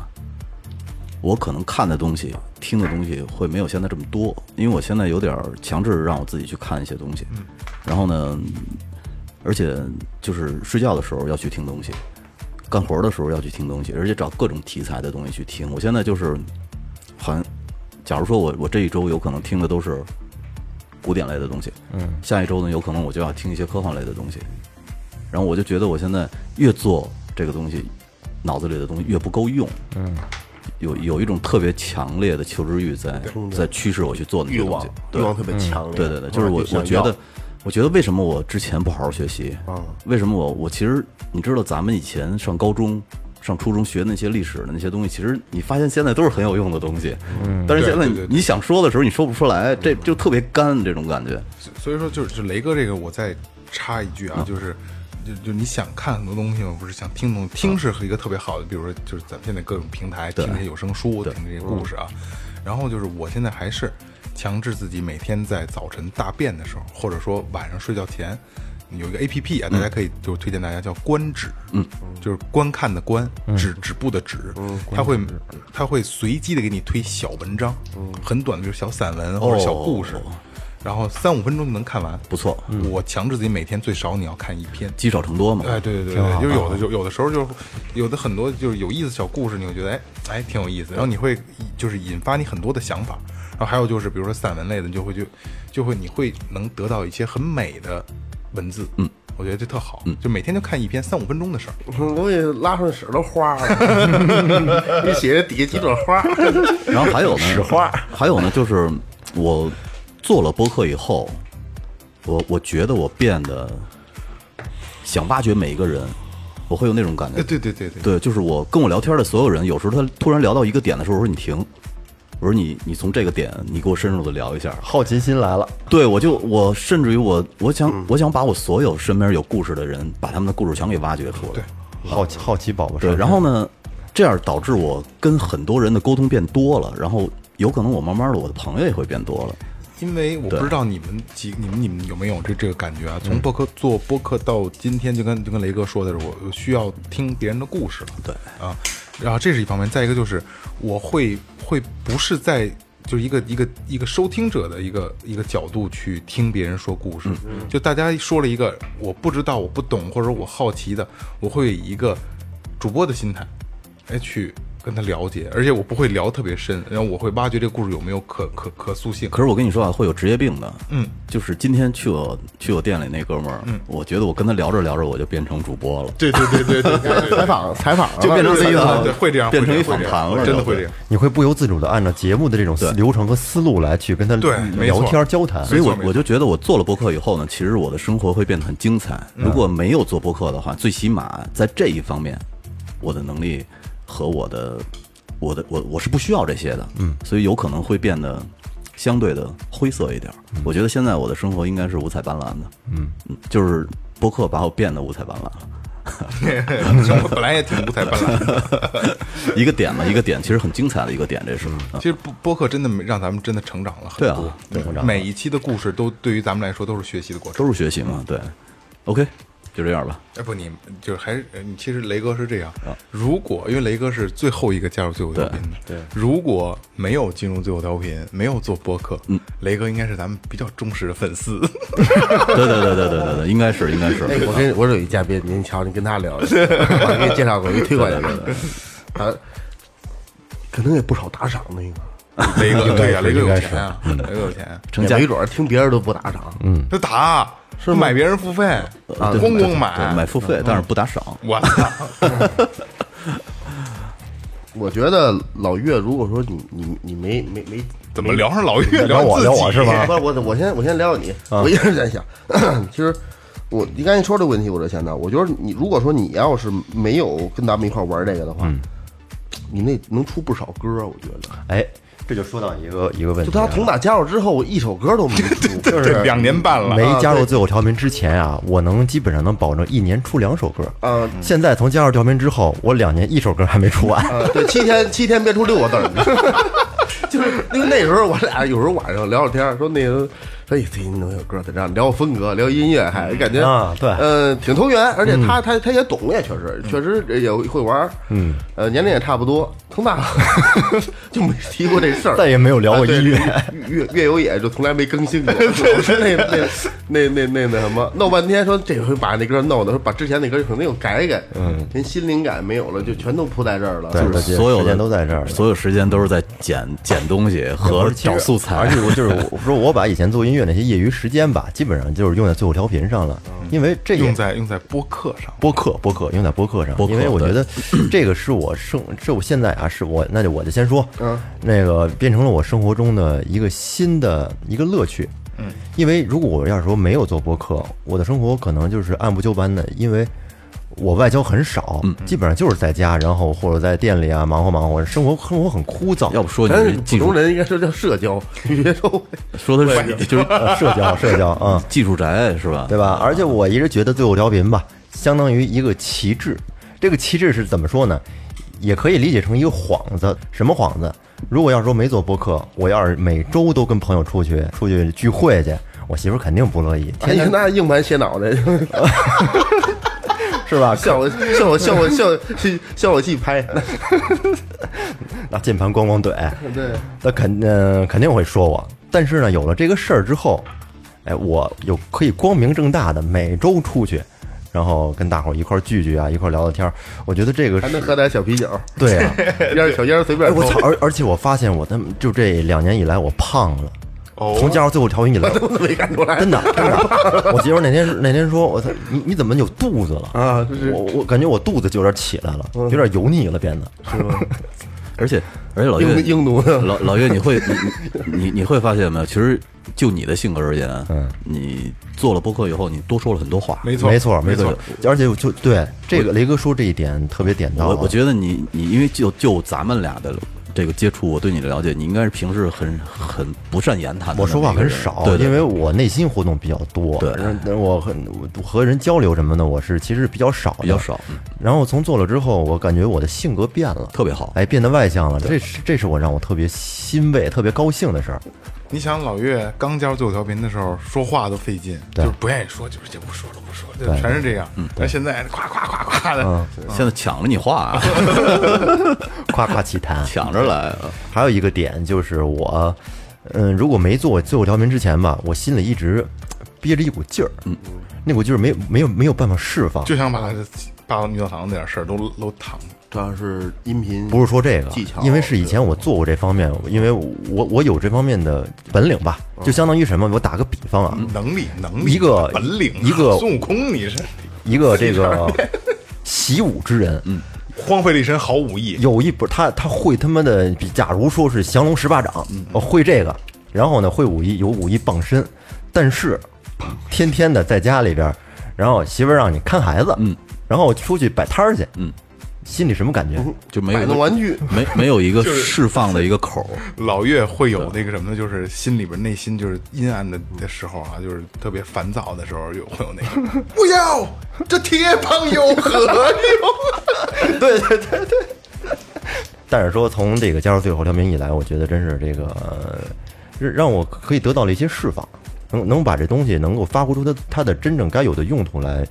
Speaker 1: 我可能看的东西、听的东西会没有现在这么多，因为我现在有点儿强制让我自己去看一些东西，然后呢，而且就是睡觉的时候要去听东西，干活的时候要去听东西，而且找各种题材的东西去听。我现在就是好像。假如说我我这一周有可能听的都是古典类的东西，嗯，下一周呢有可能我就要听一些科幻类的东西，然后我就觉得我现在越做这个东西，脑子里的东西越不够用，嗯，有有一种特别强烈的求知欲在在驱使我去做那些
Speaker 5: 欲
Speaker 1: 东
Speaker 5: 望
Speaker 1: 西，
Speaker 5: 欲
Speaker 1: 对
Speaker 5: 望特别强烈，
Speaker 1: 对对对，就是我
Speaker 5: 啊就
Speaker 1: 我
Speaker 5: 想
Speaker 1: 觉
Speaker 5: 要
Speaker 1: 得，我觉得为什么我之前不好好学习？
Speaker 4: 啊
Speaker 5: 嗯
Speaker 1: 为什么我我其实你知道，咱们以前上高中、上初中学那些历史的那些东西，其实你发现现在都是很有用的东西，嗯，但是现在
Speaker 4: 对对对
Speaker 1: 你你想说的时候你说不出来，这就特别干这种感觉。
Speaker 4: 所以说就是就雷哥这个，我再插一句啊，就是就就你想看很多东西吗？不是想听东西，听是一个特别好的，比如说就是咱们现在各种平台听这些有声书，听这些故事啊。然后就是我现在还是强制自己每天在早晨大便的时候，或者说晚上睡觉前。有一个 A P P 啊，大家可以就是推荐大家叫“观止”，嗯，就是观看的观，止止步的止，它会它会随机的给你推小文章，很短的，比如小散文或者小故事，然后三五分钟就能看完，
Speaker 1: 不错
Speaker 4: 我强制自己每天最少你要看一篇。
Speaker 1: 积少成多嘛，
Speaker 4: 哎，对对对对，就是有的就有的时候就是有的很多就是有意思小故事，你会觉得哎哎挺有意思，然后你会就是引发你很多的想法，然后还有就是比如说散文类的，你就会就就会你会能得到一些很美的文字，嗯，我觉得这特好，就每天就看一篇三五分钟的事儿，
Speaker 5: 嗯 我也拉上屎都花了， 你写底下几朵花，
Speaker 1: 然后还有呢，史话，还有呢，就是我做了播客以后，我我觉得我变得想挖掘每一个人，我会有那种感觉
Speaker 4: 哎，，对对对对，
Speaker 1: 对，就是我跟我聊天的所有人，有时候他突然聊到一个点的时候，我说你停，我说你你从这个点你给我深入的聊一下。
Speaker 3: 好奇心来了，嗯
Speaker 1: 对，我就我甚至于我我想、我想把我所有身边有故事的人，把他们的故事全给挖掘出来。
Speaker 4: 对
Speaker 3: 好奇好奇宝宝
Speaker 1: 对，
Speaker 3: 是吧
Speaker 1: 然后呢，这样导致我跟很多人的沟通变多了，然后有可能我慢慢的我的朋友也会变多了。
Speaker 4: 因为我不知道你们几你们你们有没有这这个感觉啊？从播客做播客到今天，就跟就跟雷哥说的是，我我需要听别人的故事了。
Speaker 1: 对
Speaker 4: 啊，然后这是一方面，再一个就是我会会不是在就是一个一个一个收听者的一个一个角度去听别人说故事，就大家说了一个我不知道、我不懂或者我好奇的，我会以一个主播的心态，哎去。跟他了解，而且我不会聊特别深，然后我会挖掘这个故事有没有可可可塑性。
Speaker 1: 可是我跟你说啊，会有职业病的。
Speaker 4: 嗯，
Speaker 1: 就是今天去我去我店里那哥们儿，我觉得我跟他聊着聊着我就变成主播了。
Speaker 4: 对对对对对对对，
Speaker 5: 采 访采访了
Speaker 1: 就变成自己的
Speaker 4: 对，会这样，
Speaker 1: 变成
Speaker 4: 会
Speaker 1: 一
Speaker 4: 这样
Speaker 1: 访谈
Speaker 4: 会
Speaker 1: 了，
Speaker 4: 真的会这样。
Speaker 3: 你会不由自主的按照节目的这种思流程和思路来去跟他
Speaker 4: 对
Speaker 1: 嗯
Speaker 4: 没
Speaker 3: 聊
Speaker 4: 错
Speaker 3: 天交谈，
Speaker 1: 所以我
Speaker 4: 没错
Speaker 1: 我就觉得我做了播客以后呢，其实我的生活会变得很精彩。
Speaker 4: 嗯
Speaker 1: 如果没有做播客的话，最起码在这一方面，我的能力和我的我的我我是不需要这些的，嗯，所以有可能会变得相对的灰色一点儿。
Speaker 4: 嗯
Speaker 1: 我觉得现在我的生活应该是五彩斑斓的，嗯，就是播客把我变得五彩斑斓了。
Speaker 4: 生活 本来也挺五彩斑斓的， 嗯
Speaker 1: 一个点嘛，一个点，其实很精彩的一个点，这是。嗯
Speaker 4: 其实播播客真的没让咱们真的成长了很
Speaker 1: 对啊
Speaker 4: 多，嗯每一期的故事都对于咱们来说都是学习的过程。
Speaker 1: 都是学习嘛，对。OK，就这样吧。
Speaker 4: 哎，不，你就是还是呃你，其实雷哥是这样，如果因为雷哥是最后一个加入最后调频的，对，如果没有进入最后调频，没有做播客，雷哥应该是咱们比较忠实的粉丝。
Speaker 1: 对对对对对对对，应该是应该是。
Speaker 5: 哎，我跟我有一嘉宾，您瞧，您跟他聊聊， 我给你介绍过一推广人， 他可能也不少打赏那个，
Speaker 4: 雷哥，对呀，
Speaker 3: 应该是
Speaker 4: 雷哥有
Speaker 3: 应该是
Speaker 4: 钱啊，
Speaker 5: 嗯
Speaker 4: 雷哥有钱啊，
Speaker 1: 成
Speaker 5: 也
Speaker 1: 家
Speaker 5: 没准儿听别人都不打赏， 啊嗯，
Speaker 4: 他打是买别人付费，
Speaker 1: 对
Speaker 4: 咣咣
Speaker 1: 对买付费，但是不打赏。
Speaker 4: 啊嗯我操！
Speaker 5: 我觉得老岳，如果说你你你没没没
Speaker 4: 怎么聊上老岳？
Speaker 3: 聊我
Speaker 4: 自己嗯
Speaker 3: 聊我 是吧？
Speaker 5: 不是我我先我先聊聊你，我一直在想， 其实我你刚才说这个问题，我就想到，我觉得你如果说你要是没有跟咱们一块儿玩这个的话，
Speaker 4: 嗯
Speaker 5: 你那能出不少歌儿，我觉得。
Speaker 3: 哎，这就说到一个一个问
Speaker 5: 就
Speaker 3: 题啊，
Speaker 5: 他从打加入之后，我一首歌都没出，
Speaker 4: 对，两年半了，
Speaker 3: 没加入最后调频之前啊，我能基本上能保证一年出两首歌。
Speaker 4: 啊
Speaker 5: 嗯，
Speaker 3: 现在从加入调频之后，我两年一首歌还没出完。
Speaker 5: 啊，对，七天七天憋出六个字儿，就是因为那时候我俩有时候晚上聊聊天儿，说那个说哎，最近能有歌在这样聊风格，聊音乐，还感觉
Speaker 3: 啊对
Speaker 5: 呃，挺投缘，而且
Speaker 4: 嗯
Speaker 5: 他他他也懂，也确实确实也会玩，嗯，呃，年龄也差不多，从大了就没提过这事儿，
Speaker 3: 再也没有聊过音乐
Speaker 5: 啊对乐乐乐友也就从来没更新过，是那那那那那那什么，弄半天说这回把那歌弄的，说把之前那歌可能又改改，嗯，连新灵感没有了，就全都铺在这儿了。
Speaker 3: 对
Speaker 5: 就是
Speaker 3: 大家
Speaker 1: 所有
Speaker 3: 时
Speaker 1: 的
Speaker 3: 间都在这儿了
Speaker 1: 所有时间都是在捡捡东西
Speaker 3: 哎
Speaker 1: 和找素
Speaker 3: 而
Speaker 1: 材
Speaker 3: 且。我就是我说我把以前做音乐那些业余时间吧，基本上就是用在最后调频上了，因为这
Speaker 4: 嗯用
Speaker 3: 也
Speaker 4: 在用在播客上。
Speaker 3: 播客播客用在播客上，
Speaker 1: 播客
Speaker 3: 因为我觉得这个是我生这我现在啊是我那就我就先说，
Speaker 5: 嗯，
Speaker 3: 那个变成了我生活中的一个新的一个乐趣，嗯，因为如果我要是说没有做播客，我的生活可能就是按部就班的，因为。我外交很少，
Speaker 1: 嗯
Speaker 3: 基本上就是在家，然后或者在店里啊忙活忙活，生活生活很枯燥。
Speaker 1: 要不说你
Speaker 5: 咱
Speaker 1: 是
Speaker 5: 普
Speaker 1: 技术
Speaker 5: 通，人应该说叫社交，你别说
Speaker 1: 说的是 就是
Speaker 3: 呃社交社交啊，嗯
Speaker 1: 技术宅是吧？
Speaker 3: 对吧？而且我一直觉得最后调频吧，相当于一个旗帜。这个旗帜是怎么说呢？也可以理解成一个幌子。什么幌子？如果要是说没做播客，我要是每周都跟朋友出去出去聚会去，我媳妇儿肯定不乐意，
Speaker 5: 天天拿硬盘写脑袋，
Speaker 3: 是吧？
Speaker 5: 效果效果效果效 果效果器拍，
Speaker 3: 拿键盘咣咣怼，
Speaker 5: 对，
Speaker 3: 那肯嗯、肯定会说我。但是呢，有了这个事儿之后，哎，我有可以光明正大的每周出去，然后跟大伙儿一块儿聚聚啊，一块儿聊聊天儿。我觉得这个
Speaker 5: 还
Speaker 3: 是
Speaker 5: 能喝点小啤酒，
Speaker 3: 对 啊，
Speaker 5: 烟儿小烟儿随便
Speaker 3: 哎，
Speaker 5: 抽
Speaker 3: 我操！而而且我发现我他妈就这两年以来我胖了，
Speaker 4: 哦
Speaker 3: 从加入最后调音以 来，
Speaker 5: 我都没看出来，
Speaker 3: 真的真的。我媳妇儿那天那天说，我操，你你怎么有肚子了？
Speaker 5: 啊，就是嗯
Speaker 3: 我我感觉我肚子就有点起来了，有点油腻了，变得。
Speaker 1: 而且而且老岳
Speaker 5: 硬硬奴的，
Speaker 1: 老老岳，你会你你你会发现没有？其实就你的性格而言，嗯，你做了播客以后，你多说了很多话。
Speaker 4: 没错，
Speaker 3: 没错，
Speaker 4: 没
Speaker 3: 错。。而且我就对这个雷哥说这一点特别点到
Speaker 1: 我
Speaker 3: 啊，
Speaker 1: 我觉得你你因为就就咱们俩的这个接触，我对你的了解，你应该是平时很很不善言谈的
Speaker 3: 我
Speaker 1: 那么一个人。
Speaker 3: 说话很少，
Speaker 1: 对，对
Speaker 3: 因为我内心活动比较多，
Speaker 1: 对
Speaker 3: 然后但是我很我和人交流什么的，我是其实比较少的，
Speaker 1: 比较少嗯
Speaker 3: 然后从做了之后，我感觉我的性格变了，
Speaker 1: 特别好
Speaker 3: 哎，变得外向了，这是这是我让我特别欣慰、特别高兴的事儿。
Speaker 4: 你想老岳刚加入最后调频的时候，说话都费劲，
Speaker 3: 对
Speaker 4: 就是不愿意说，就是这不说了，不说了，就全是这样。但现在夸夸夸夸
Speaker 3: 嗯
Speaker 4: 的，嗯
Speaker 1: 嗯现在抢着你话啊，
Speaker 3: 夸夸其谈，
Speaker 1: 抢着来啊。
Speaker 3: 还有一个点就是我，嗯，如果没做最后调频之前吧，我心里一直憋着一股劲儿，嗯，那股劲儿没有没有没有办法释放，
Speaker 4: 就想把他霸王女教堂那点事儿都都躺着。
Speaker 5: 主要是音频
Speaker 3: 不是说这个
Speaker 5: 技巧，
Speaker 3: 因为是以前我做过这方面，因为我我有这方面的本领吧，就相当于什么？我打个比方啊，
Speaker 4: 能力，能力，
Speaker 3: 一个
Speaker 4: 嗯本领，啊
Speaker 3: 一个
Speaker 4: 孙悟空，你是
Speaker 3: 一个这个习武之人，嗯，
Speaker 4: 荒废了一身好武艺，
Speaker 3: 有一本他他会他妈的，比假如说是降龙十八掌，哦会这个，然后呢会武艺有武艺傍身，但是天天的在家里边儿，然后媳妇儿让你看孩子，嗯，然后出去摆摊儿去，
Speaker 1: 嗯，
Speaker 3: 心里什么感觉？
Speaker 1: 就没有
Speaker 5: 摆
Speaker 1: 一
Speaker 5: 弄
Speaker 1: 个
Speaker 5: 玩具，
Speaker 1: 没没有一个释放的一个口儿，
Speaker 4: 老岳会有那个什么呢？就是心里边内心就是阴暗的的时候啊，就是特别烦躁的时候，有会有那个不要这铁棒有何用？
Speaker 3: 对对对对。但是说从这个加入最后调频以来，我觉得真是这个、呃让让我可以得到了一些释放，能能把这东西能够发挥出它它的真正该有的用途来。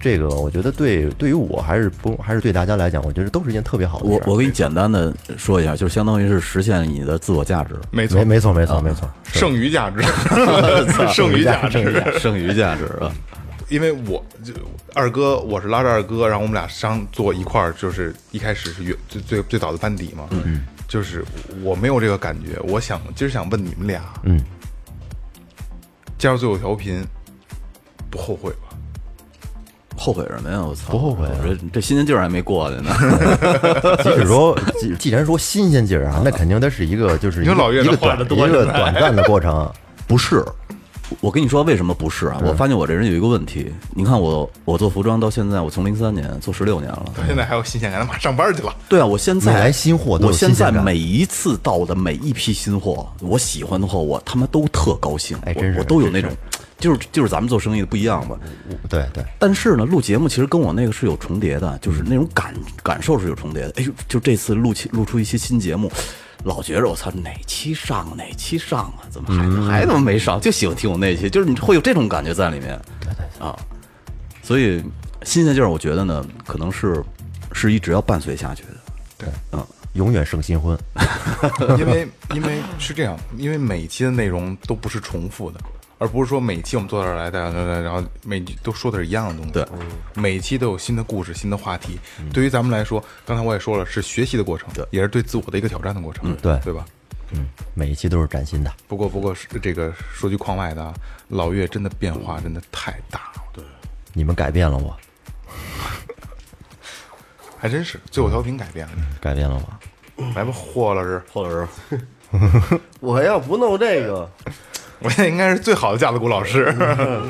Speaker 3: 这个我觉得对对于我还是不还是对大家来讲，我觉得都是一件特别 好的事
Speaker 1: 我
Speaker 3: 儿。
Speaker 1: 我给你简单的说一下，就是相当于是实现你的自我价值，啊
Speaker 4: 没错
Speaker 3: 没，没错没错没错，
Speaker 4: 剩余价 值，剩余价值，
Speaker 1: 剩余价值啊。
Speaker 4: 因为我就二哥，我是拉着二哥，然后我们俩商坐一块儿，就是一开始是原最最最早的班底嘛，嗯，就是我没有这个感觉，我想今儿想问你们俩，
Speaker 3: 嗯，
Speaker 4: 加入最后调频，不后悔吧？
Speaker 1: 后悔什么呀？我操，
Speaker 3: 不后悔啊
Speaker 1: 我这这新鲜劲儿还没过去呢。
Speaker 3: 即使说既既然说新鲜劲儿啊，那肯定它是一个就是一
Speaker 4: 你说老
Speaker 3: 个
Speaker 4: 岳
Speaker 3: 一
Speaker 4: 这
Speaker 3: 个
Speaker 4: 话
Speaker 3: 短
Speaker 4: 得多
Speaker 3: 一个短暂的 过 程。
Speaker 1: 不是，我跟你说为什么不是啊？我发现我这人有一个问题，你看我我做服装到现在，我从零三年做十六年了。
Speaker 4: 到现在还有新鲜感，他妈上班去了，
Speaker 1: 对啊，我现在
Speaker 3: 每来新货都有
Speaker 1: 我现
Speaker 3: 新
Speaker 1: 在
Speaker 3: 鲜感
Speaker 1: 每一次到的每一批新货，我喜欢的货，我他妈都特高兴，
Speaker 3: 哎
Speaker 1: 我
Speaker 3: 真是
Speaker 1: 我都有那
Speaker 3: 真
Speaker 1: 种，就是就是咱们做生意的不一样吧。
Speaker 3: 对对，
Speaker 1: 但是呢，录节目其实跟我那个是有重叠的，就是那种感感受是有重叠的。哎呦，就这次录起录出一期新节目，老觉着我操哪期上啊哪期上啊，怎么还、
Speaker 3: 嗯
Speaker 1: 还他妈没上？就喜欢听我那期，就是你会有这种感觉在里面。对对啊，所以新鲜劲儿，我觉得呢，可能是是一直要伴随下去的。嗯
Speaker 3: 永远胜新婚。
Speaker 4: 因为因为是这样，因为每期的内容都不是重复的，而不是说每期我们坐这儿来，大家然后每集都说的是一样的东西。
Speaker 1: 对，
Speaker 4: 每期都有新的故事、新的话题。对于咱们来说，刚才我也说了，是学习的过程，也是对自我的一个挑战的过程。
Speaker 3: 对
Speaker 4: 对吧？
Speaker 3: 每一期都是崭新的。
Speaker 4: 不过，不过是这个说句框外的，啊，老岳真的变化真的太大了，对，
Speaker 3: 你们改变了我，
Speaker 4: 还真是最后调频改变了你，
Speaker 3: 改变了我。
Speaker 4: 来吧，霍老师，
Speaker 1: 霍老师，
Speaker 5: 我要不弄这个，
Speaker 4: 我现在应该是最好的架子鼓老师，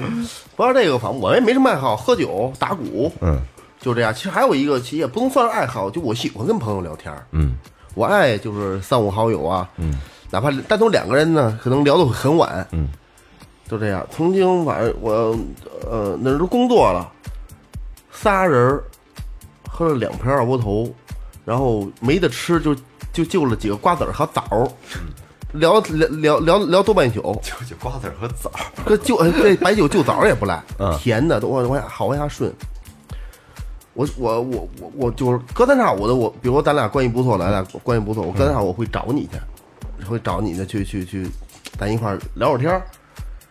Speaker 5: 不要这个，反正我也没什么爱好，喝酒、打鼓，
Speaker 3: 嗯，
Speaker 5: 就这样。其实还有一个，其实也不能算是爱好，就我喜欢跟朋友聊天儿，
Speaker 3: 嗯，
Speaker 5: 我爱就是三五好友啊，嗯，哪怕单独两个人呢，可能聊得很晚，
Speaker 3: 嗯，
Speaker 5: 就这样。曾经晚上我呃那时候工作了，仨人儿喝了两瓶二锅头，然后没得吃就就就了几个瓜子儿和枣儿，
Speaker 3: 嗯
Speaker 5: 聊聊聊聊聊多半宿，
Speaker 3: 就就瓜子和枣，
Speaker 5: 这就哎这白酒就枣也不赖
Speaker 3: 嗯，
Speaker 5: 甜的，我我好往下顺。我我我我我就是隔三差五的，我比如说咱俩关系不错，咱俩关系不错，我隔三
Speaker 3: 嗯
Speaker 5: 差五会找你去，会找你去去去去，咱一块儿聊会儿天儿，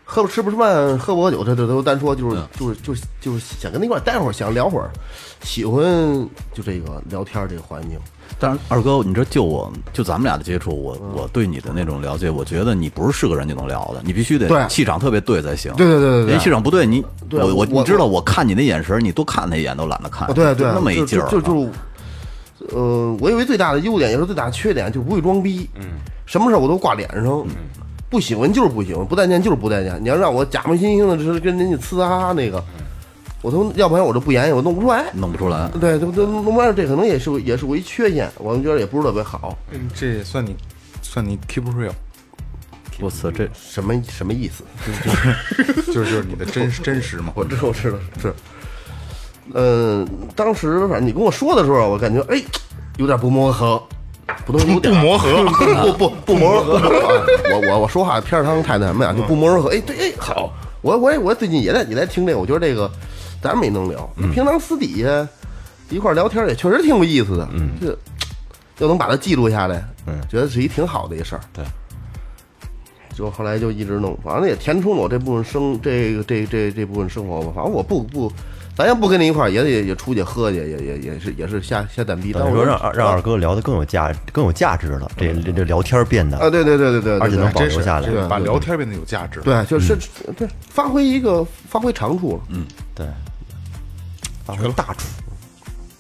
Speaker 5: 喝不吃不吃饭，喝不喝酒，这这都单说，就是
Speaker 3: 嗯
Speaker 5: 就是就是就是想跟他一块儿待会儿，想聊会儿，喜欢就这个聊天儿这个环境。
Speaker 1: 但是二哥，你这就我就咱们俩的接触，我
Speaker 5: 嗯
Speaker 1: 我对你的那种了解，我觉得你不是是个人就能聊的，你必须得
Speaker 5: 对
Speaker 1: 气场特别对才行。
Speaker 5: 对对对对对
Speaker 1: 人气场不对，你
Speaker 5: 对
Speaker 1: 我
Speaker 5: 我
Speaker 1: 你知道，我看你那眼神，你多看他一眼都懒得看
Speaker 5: 啊，，对
Speaker 1: 就
Speaker 5: 对，
Speaker 1: 那么一劲儿啊，
Speaker 5: 就就就，呃，我以为最大的优点，也是最大的缺点，就是不会装逼。嗯，什么事儿我都挂脸上。
Speaker 1: 嗯
Speaker 5: 不喜欢就是不喜欢，不待见就是不待见。你要让我假模惺惺的，就是跟人家呲啊哈哈那个，我都要不然我就不言语，我弄不出来。
Speaker 1: 嗯弄不出来。
Speaker 5: 对，这这弄不出来，这可能也是也是我一缺陷，我觉得也不是特别好。
Speaker 4: 嗯这也算你算你 keep real，
Speaker 1: 我操，这
Speaker 5: 什么什 么意思？
Speaker 4: 就是就是你的真实真实嘛。
Speaker 5: 我知道，我知道是。嗯、当时反正你跟我说的时候，我感觉哎，有点不磨合， 不能有点
Speaker 4: 不磨合
Speaker 5: 不不不磨合。啊我我我说话片儿汤太那什么呀，就不磨合。哎，对，哎好，我我也我最近也在也在听这个，我觉得这个咱们也能聊，
Speaker 3: 嗯
Speaker 5: 平常私底下一块儿聊天也确实挺有意思的，嗯，这要能把它记录下来，嗯，觉得是一挺好的一事儿。
Speaker 3: 对。
Speaker 5: 就后来就一直弄，反正也填充了我这部分生这个这这这部分生活吧。反正我不不，咱要不跟你一块儿，也得也出去喝去，也也也是也是瞎瞎蛋逼。但
Speaker 3: 等于
Speaker 5: 我
Speaker 3: 说让让二哥聊得更有价更有价值了，这这这聊天变
Speaker 5: 啊，
Speaker 3: 得
Speaker 5: 对对对对对，
Speaker 3: 而且
Speaker 5: 对
Speaker 3: 能保
Speaker 4: 真是
Speaker 3: 留下来
Speaker 4: 这个
Speaker 5: 对
Speaker 4: 把聊天变得有价值。，
Speaker 5: 对，就是、对发挥一个发挥长处了。嗯，
Speaker 3: 对，发
Speaker 4: 绝
Speaker 3: 挥
Speaker 4: 了
Speaker 3: 大处，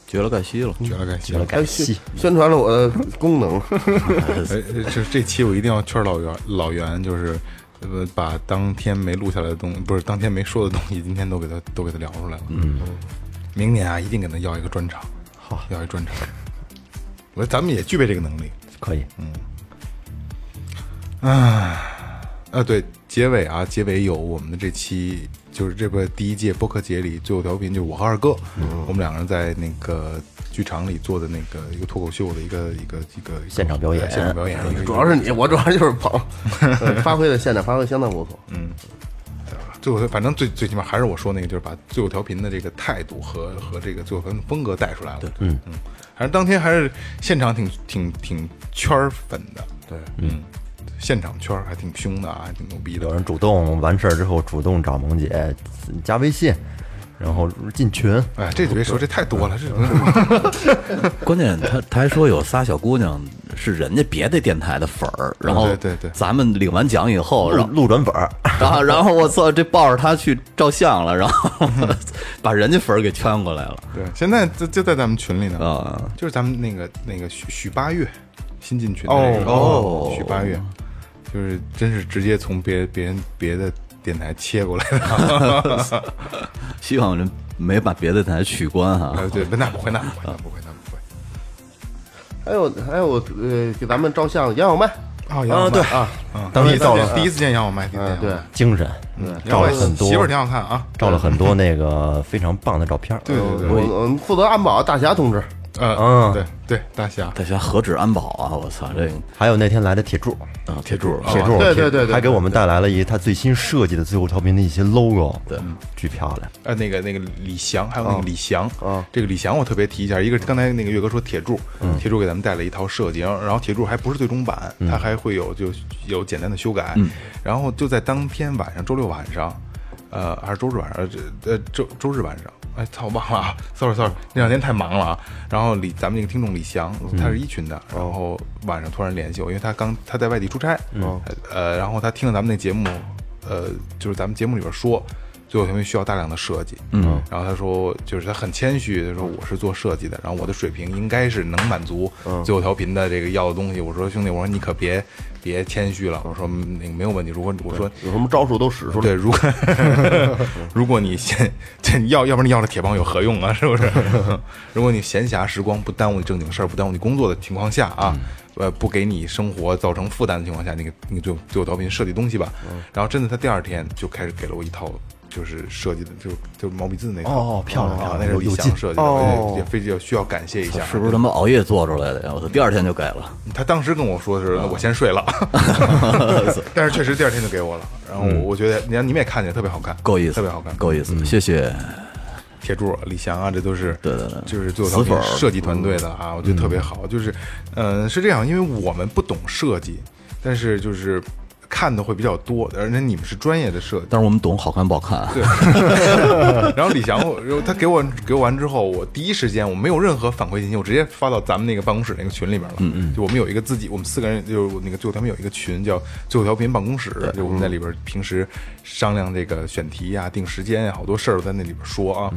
Speaker 1: 绝了盖西了，
Speaker 5: 嗯
Speaker 4: 绝了感谢哎
Speaker 3: 绝了
Speaker 4: 了。
Speaker 3: 感谢。
Speaker 5: 宣传了我的功 能。
Speaker 4: 哎，就是这期我一定要劝老袁，老袁就是，呃，把当天没录下来的东，不是当天没说的东西，今天都给他都给他聊出来了。嗯，明年啊，一定给他要一个专场，
Speaker 3: 好，
Speaker 4: 要一专场。我说咱们也具备这个能力。嗯
Speaker 3: 可以，
Speaker 4: 啊，对，结尾啊，结尾有我们的这期，就是这个第一届播客节里最后调频，就是我和二哥，
Speaker 3: 嗯
Speaker 4: 我们两个人在那个剧场里做的那个一个脱口秀的一个一个一个
Speaker 3: 现场表演
Speaker 4: 哎现场表演，一个
Speaker 5: 主要是 你，我主要就是捧，呃 发挥的现在发挥相当不错。
Speaker 4: 嗯最后，反正最最起码还是我说那个，就是把最后调频的这个态度和和这个最后调频风格带出来了。对，嗯嗯，反正当天还是现场挺挺挺圈儿粉的，对，嗯，现场圈儿还挺凶的啊，还挺牛逼
Speaker 3: 有
Speaker 4: 的。
Speaker 3: 人主动完事儿之后主动找萌姐加微信，然后进群，
Speaker 4: 哎，这就别说，这太多了，这
Speaker 1: 关键他他还说有仨小姑娘是人家别的电台的粉儿，然后
Speaker 4: 对对对
Speaker 1: 咱们领完奖以后，然
Speaker 3: 路
Speaker 1: 后
Speaker 3: 路转粉儿，
Speaker 1: 然后然后我操，这抱着他去照相了，然后把人家粉儿给圈过来了
Speaker 4: 对，现在就就在咱们群里呢，
Speaker 1: 啊！
Speaker 4: 就是咱们那个那个许许八月新进群的那个
Speaker 1: 哦
Speaker 4: 许八月，就是真是直接从别别人别的电台切过来的。
Speaker 1: 希望人没把别的台取关哈、
Speaker 4: 哎对，那不会，那不会，那不会，那不会。
Speaker 5: 还有还有，呃，给咱们照相杨小麦，
Speaker 4: 啊，杨
Speaker 5: 哦
Speaker 4: 小
Speaker 3: 对
Speaker 4: 麦啊，嗯
Speaker 3: 哦当
Speaker 4: 第一
Speaker 3: 时
Speaker 4: 次
Speaker 3: 到
Speaker 4: 见
Speaker 3: 了
Speaker 4: 第一次见杨小麦，第一次
Speaker 5: 嗯、
Speaker 4: 见
Speaker 5: 对
Speaker 4: 杨小，
Speaker 3: 精神，
Speaker 4: 麦
Speaker 3: 照了
Speaker 4: 杨小麦
Speaker 3: 很
Speaker 4: 嗯
Speaker 3: 多，
Speaker 4: 媳妇儿挺好看啊。
Speaker 3: 照了很多那个非常棒的照片儿。
Speaker 4: 对对对，
Speaker 5: 啊我我们负责安保大侠同志，
Speaker 4: 呃，
Speaker 3: 嗯
Speaker 4: 对对，大侠，
Speaker 1: 大家何止安保啊！ 我操，这个
Speaker 3: 还有那天来的铁柱，
Speaker 1: 啊，铁柱
Speaker 3: 铁
Speaker 4: 哦
Speaker 3: 柱，
Speaker 5: 对对
Speaker 3: 铁
Speaker 5: 对对
Speaker 3: 还给我们带来了一他最新设计的最后调频的一些 logo，对，巨漂亮。
Speaker 4: 呃，那个那个李翔，还有那个李翔，啊，这个李翔我特别提一下，一个是刚才那个岳哥说铁柱，铁柱给咱们带了一套设计，然后然后铁柱还不是最终版，它还会有就有简单的修改，然后就在当天晚上，周六晚上，呃，还是周日晚上，这呃周周日晚上。哎，操，忘了啊，sorry sorry，那两天太忙了啊。然后李，咱们那个听众李翔，他是一群的，然后晚上突然联系我，因为他刚他在外地出差，呃，然后他听了咱们那节目，呃，就是咱们节目里边说，最后调频需要大量的设计，嗯，然后他说就是他很谦虚，他说我是做设计的，然后我的水平应该是能满足
Speaker 5: 嗯
Speaker 4: 最后调频的这个要的东西。我说兄弟，我说你可别别谦虚了，我说嗯那个没有问题。如果我说
Speaker 5: 有什么招数都使出来。
Speaker 4: 对，如果如果 你闲，这 你要要不然你要这铁棒有何用啊？是不 是？如果你闲暇时光不耽误你正经事儿，不耽误你工作的情况下啊，呃，不给你生活造成负担的情况下，那个那个最后最后调频设计东西吧。然后真的，他第二天就开始给了我一套。就是设计的，就就毛笔字那套
Speaker 3: 哦漂亮
Speaker 4: 啊
Speaker 3: 漂亮
Speaker 4: 那是
Speaker 3: 有
Speaker 4: 理
Speaker 3: 有
Speaker 4: 想
Speaker 3: 劲哦
Speaker 4: 设计的，我也也非要需要感谢一 下，嗯
Speaker 1: 是不是他们熬夜做出来的呀？我操，第二天就给了，啊
Speaker 4: 他当时跟我说是，我先 睡了， 但是确实第二天就给我了。然后我
Speaker 3: 嗯
Speaker 4: 我觉得，你看你们也看见，特别好看，
Speaker 1: 嗯够意思，
Speaker 4: 特别好看，嗯
Speaker 1: 够意思，谢谢。
Speaker 4: 铁柱、李翔啊，这都是
Speaker 1: 对对对
Speaker 4: 就是最后
Speaker 1: 死粉儿嗯
Speaker 4: 设计团队的啊，我觉得特别好。就是，嗯，是这样，因为我们不懂设计，但是就是看的会比较多，而且你们是专业的设计。
Speaker 1: 但是我们懂好看不好看啊，
Speaker 4: 然后李翔，我然后他给我给我完之后，我第一时间我没有任何反馈信息，我直接发到咱们那个办公室那个群里面了。嗯嗯，就我们有一个自己，我们四个人就是那个最后调频有一个群叫最后调频办公室，就我们在里边平时商量这个选题呀、定时间呀、啊好多事儿都在那里边说啊。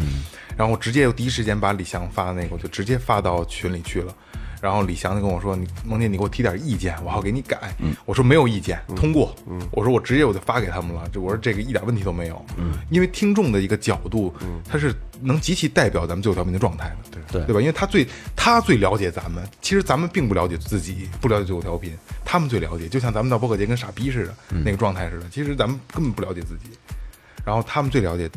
Speaker 4: 然后我直接就第一时间把李翔发的那个，我就直接发到群里去了。然后李翔就跟我说：“你梦姐，你给我提点意见，我好给你改。我说：“没有意见，通过。我说：“我直接我就发给他们了。”就我说：“这个一点问题都没有。”因为听众的一个角度，他是能极其代表咱们最后调频的状态的，对对吧？因为他最他最了解咱们，其实咱们并不了解自己，不了解最后调频，他们最了解。就像咱们到播客节跟傻逼似的那个状态似的，其实咱们根本不了解自己，然后他们最了解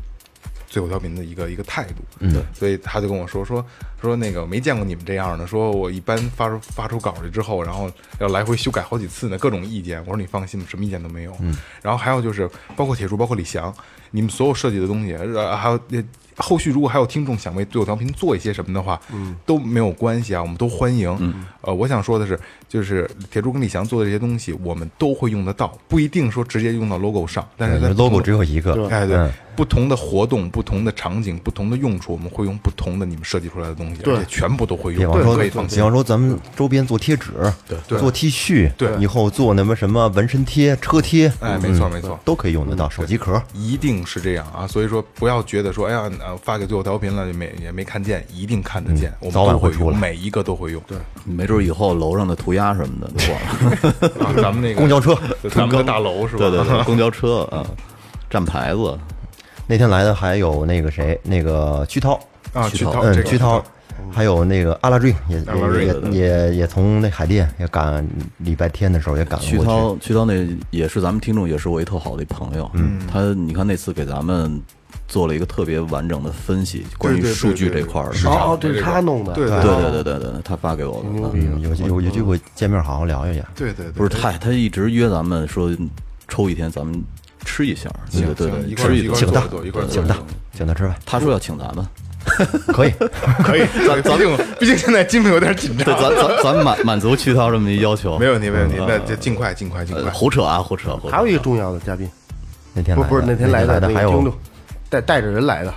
Speaker 4: 最后调频的一个一个态度，嗯，所以他就跟我说说说那个没见过你们这样的，说我一般发出发出稿来之后，然后要来回修改好几次呢，各种意见。我说你放心，什么意见都没有。嗯，然后还有就是包括铁柱，包括李翔，你们所有设计的东西，呃还有呃后续如果还有听众想为最后调频做一些什么的话，嗯，都没有关系啊，我们都欢迎。嗯，呃，我想说的是，就是铁柱跟李翔做的这些东西，我们都会用得到，不一定说直接用到 logo 上，但是在
Speaker 3: 对哎 logo 只有一个，
Speaker 4: 哎，对
Speaker 3: 嗯，
Speaker 4: 不同的活动、不同的场景、不同的用处，我们会用不同的你们设计出来的东西，而且全部都会
Speaker 3: 比
Speaker 4: 用，
Speaker 3: 方说，
Speaker 4: 可以放
Speaker 3: 比
Speaker 4: 心。
Speaker 3: 方说咱们周边做贴纸，
Speaker 4: 对
Speaker 3: 做 T 恤，
Speaker 4: 对
Speaker 3: 以后做那么什么纹身贴、车贴，
Speaker 4: 哎没错
Speaker 3: 嗯
Speaker 4: 没错
Speaker 3: 都可以用得到。手机壳，
Speaker 4: 一定是这样啊，所以说不要觉得说，哎呀，呃发给最后调频了就没也没看见，一定看得见，我们
Speaker 3: 嗯早晚
Speaker 4: 都会
Speaker 3: 会出来
Speaker 4: 用，每一个都会用。对，
Speaker 1: 没准以后楼上的涂鸦什么的就忘 了，
Speaker 4: 啊，咱们那个
Speaker 3: 公交车，
Speaker 4: 咱们的大楼是吧？
Speaker 1: 对对对，公交车啊，站牌子，
Speaker 3: 那天来的还有那个谁，那个屈涛，
Speaker 4: 啊，
Speaker 1: 徐
Speaker 4: 去
Speaker 1: 涛
Speaker 4: 掏
Speaker 3: 嗯
Speaker 4: 这，个
Speaker 3: 屈涛，还有那个阿拉瑞也
Speaker 4: 阿拉瑞
Speaker 3: 也也也从那海淀也赶礼拜天的时候也赶了
Speaker 1: 曲
Speaker 3: 过去，
Speaker 1: 涛，曲涛那也是咱们听众，也是我一特好的一朋友。嗯，他你看那次给咱们做了一个特别完整的分析，关于
Speaker 4: 对对对
Speaker 1: 数据
Speaker 4: 对
Speaker 1: 这
Speaker 4: 对
Speaker 1: 块儿的。
Speaker 4: 是
Speaker 5: 哦，这是他弄的，
Speaker 4: 对对
Speaker 1: 对对对对对，他发给我了。嗯
Speaker 3: 嗯有有有机会见面好好聊一下。
Speaker 4: 对对对，
Speaker 1: 不是他，他一直约咱们说抽一天，咱们吃一下。对对对
Speaker 4: 行
Speaker 1: 对，
Speaker 4: 一块儿
Speaker 1: 吃
Speaker 4: 一块儿坐
Speaker 1: 顿
Speaker 3: 他
Speaker 4: 一坐一块儿坐
Speaker 3: 请
Speaker 4: 一
Speaker 3: 他
Speaker 4: 坐，
Speaker 3: 请他吃饭，
Speaker 1: 他说要请咱们，
Speaker 3: 可以。
Speaker 4: 可以，毕竟毕竟现在 金门有点紧
Speaker 1: 对，
Speaker 4: 张，
Speaker 1: 咱咱咱满满足曲涛这么一要求。嗯
Speaker 4: 没问题没问题，那就尽快尽快尽
Speaker 1: 呃，
Speaker 4: 快。
Speaker 1: 胡扯啊，胡扯，胡扯
Speaker 5: 还有一个重要的嘉宾，
Speaker 3: 那天
Speaker 5: 不
Speaker 3: 来
Speaker 5: 是不是那天
Speaker 3: 天
Speaker 5: 来
Speaker 3: 来
Speaker 5: 的那
Speaker 3: 还
Speaker 5: 个听
Speaker 3: 有
Speaker 5: 众，带带着人来的，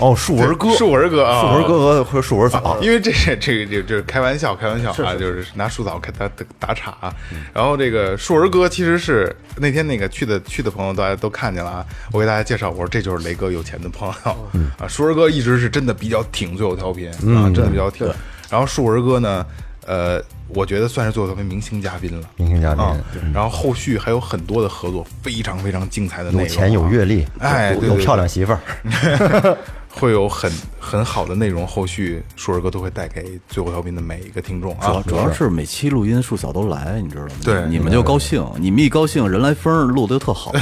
Speaker 3: 哦，树纹哥，
Speaker 4: 树文哥啊，
Speaker 3: 树纹哥和和树纹嫂，
Speaker 4: 因为这是这个这个这是开玩笑，开玩笑啊，就是拿树枣开打打打岔啊。
Speaker 3: 嗯
Speaker 4: 然后这个树儿哥其实是那天那个去的去的朋友，大家都看见了啊。我给大家介绍，我说这就是雷哥有钱的朋友
Speaker 3: 嗯
Speaker 4: 啊。树儿哥一直是真的比较挺最后调频啊，真的比较挺。然后树儿哥呢，呃，我觉得算是最后调频明星嘉宾了。
Speaker 3: 明星嘉宾，
Speaker 4: 啊，然后后续还有很多的合作，非常非常精彩的内容啊。
Speaker 3: 有钱有阅历，
Speaker 4: 哎对
Speaker 3: 有
Speaker 4: 对
Speaker 3: 有
Speaker 4: 对
Speaker 3: 漂亮媳妇儿，
Speaker 4: 会有很很好的内容，后续硕儿哥都会带给最后调频的每一个听众
Speaker 1: 主要
Speaker 4: 啊。
Speaker 1: 主要是每期录音树嫂都来，你知道吗？
Speaker 4: 对
Speaker 1: 你们就高兴，你们一高兴，人来疯儿，录的就特 好，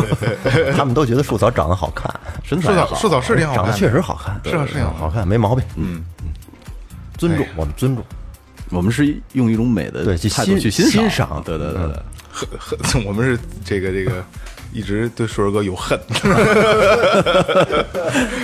Speaker 3: 他们都觉得树嫂长得好看，
Speaker 1: 身
Speaker 4: 树
Speaker 1: 材
Speaker 4: 枣
Speaker 1: 好。哎
Speaker 4: 树枣是挺好
Speaker 3: 长
Speaker 4: 看
Speaker 3: 得
Speaker 4: 的，
Speaker 3: 确实好看，
Speaker 4: 是啊是啊
Speaker 3: 好看，没毛病。嗯，尊重
Speaker 4: 哎呀
Speaker 3: 我们尊重，
Speaker 1: 我们是用一种美的
Speaker 3: 对去
Speaker 1: 态度
Speaker 3: 欣
Speaker 1: 去
Speaker 3: 欣
Speaker 1: 赏嗯
Speaker 3: 赏，
Speaker 1: 对对对对，
Speaker 4: 很很， 我们是这个这个一直对硕儿哥有恨，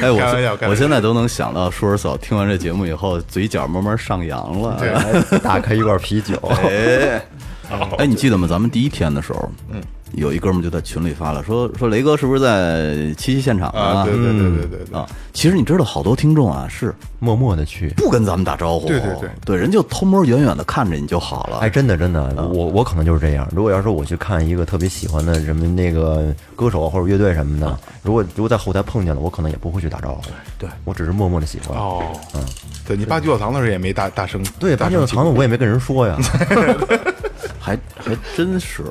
Speaker 1: 哎，我
Speaker 4: 开玩笑
Speaker 1: 现
Speaker 4: 开玩笑
Speaker 1: 我现在都能想到，说儿嫂听完这节目以后，嘴角慢慢上扬了。
Speaker 4: 对
Speaker 3: 哎打开一罐啤酒，
Speaker 1: 哎， 哎，你记得吗？咱们第一天的时候，嗯，有一哥们就在群里发了，说说雷哥是不是在七夕现场
Speaker 4: 啊，对对对对对对，
Speaker 1: 啊，其实你知道，好多听众啊是
Speaker 3: 默默的去。
Speaker 1: 不跟咱们打招呼，
Speaker 4: 对对对
Speaker 1: 人就偷摸远远的看着你就好了。嗯
Speaker 3: 哎，真的真的，我我可能就是这样。如果要是我去看一个特别喜欢的什么那个歌手或者乐队什么
Speaker 1: 嗯
Speaker 3: 的，如果如果在后台碰见了，我可能也不会去打招呼。
Speaker 4: 对
Speaker 3: 我只是默默的喜
Speaker 1: 嗯
Speaker 3: 欢。
Speaker 4: 哦，对你八九小堂的时候也没大大声，
Speaker 3: 对，
Speaker 4: 大
Speaker 3: 八
Speaker 4: 声
Speaker 3: 九
Speaker 4: 起
Speaker 3: 堂的我也没跟人说呀。
Speaker 1: 还还真是，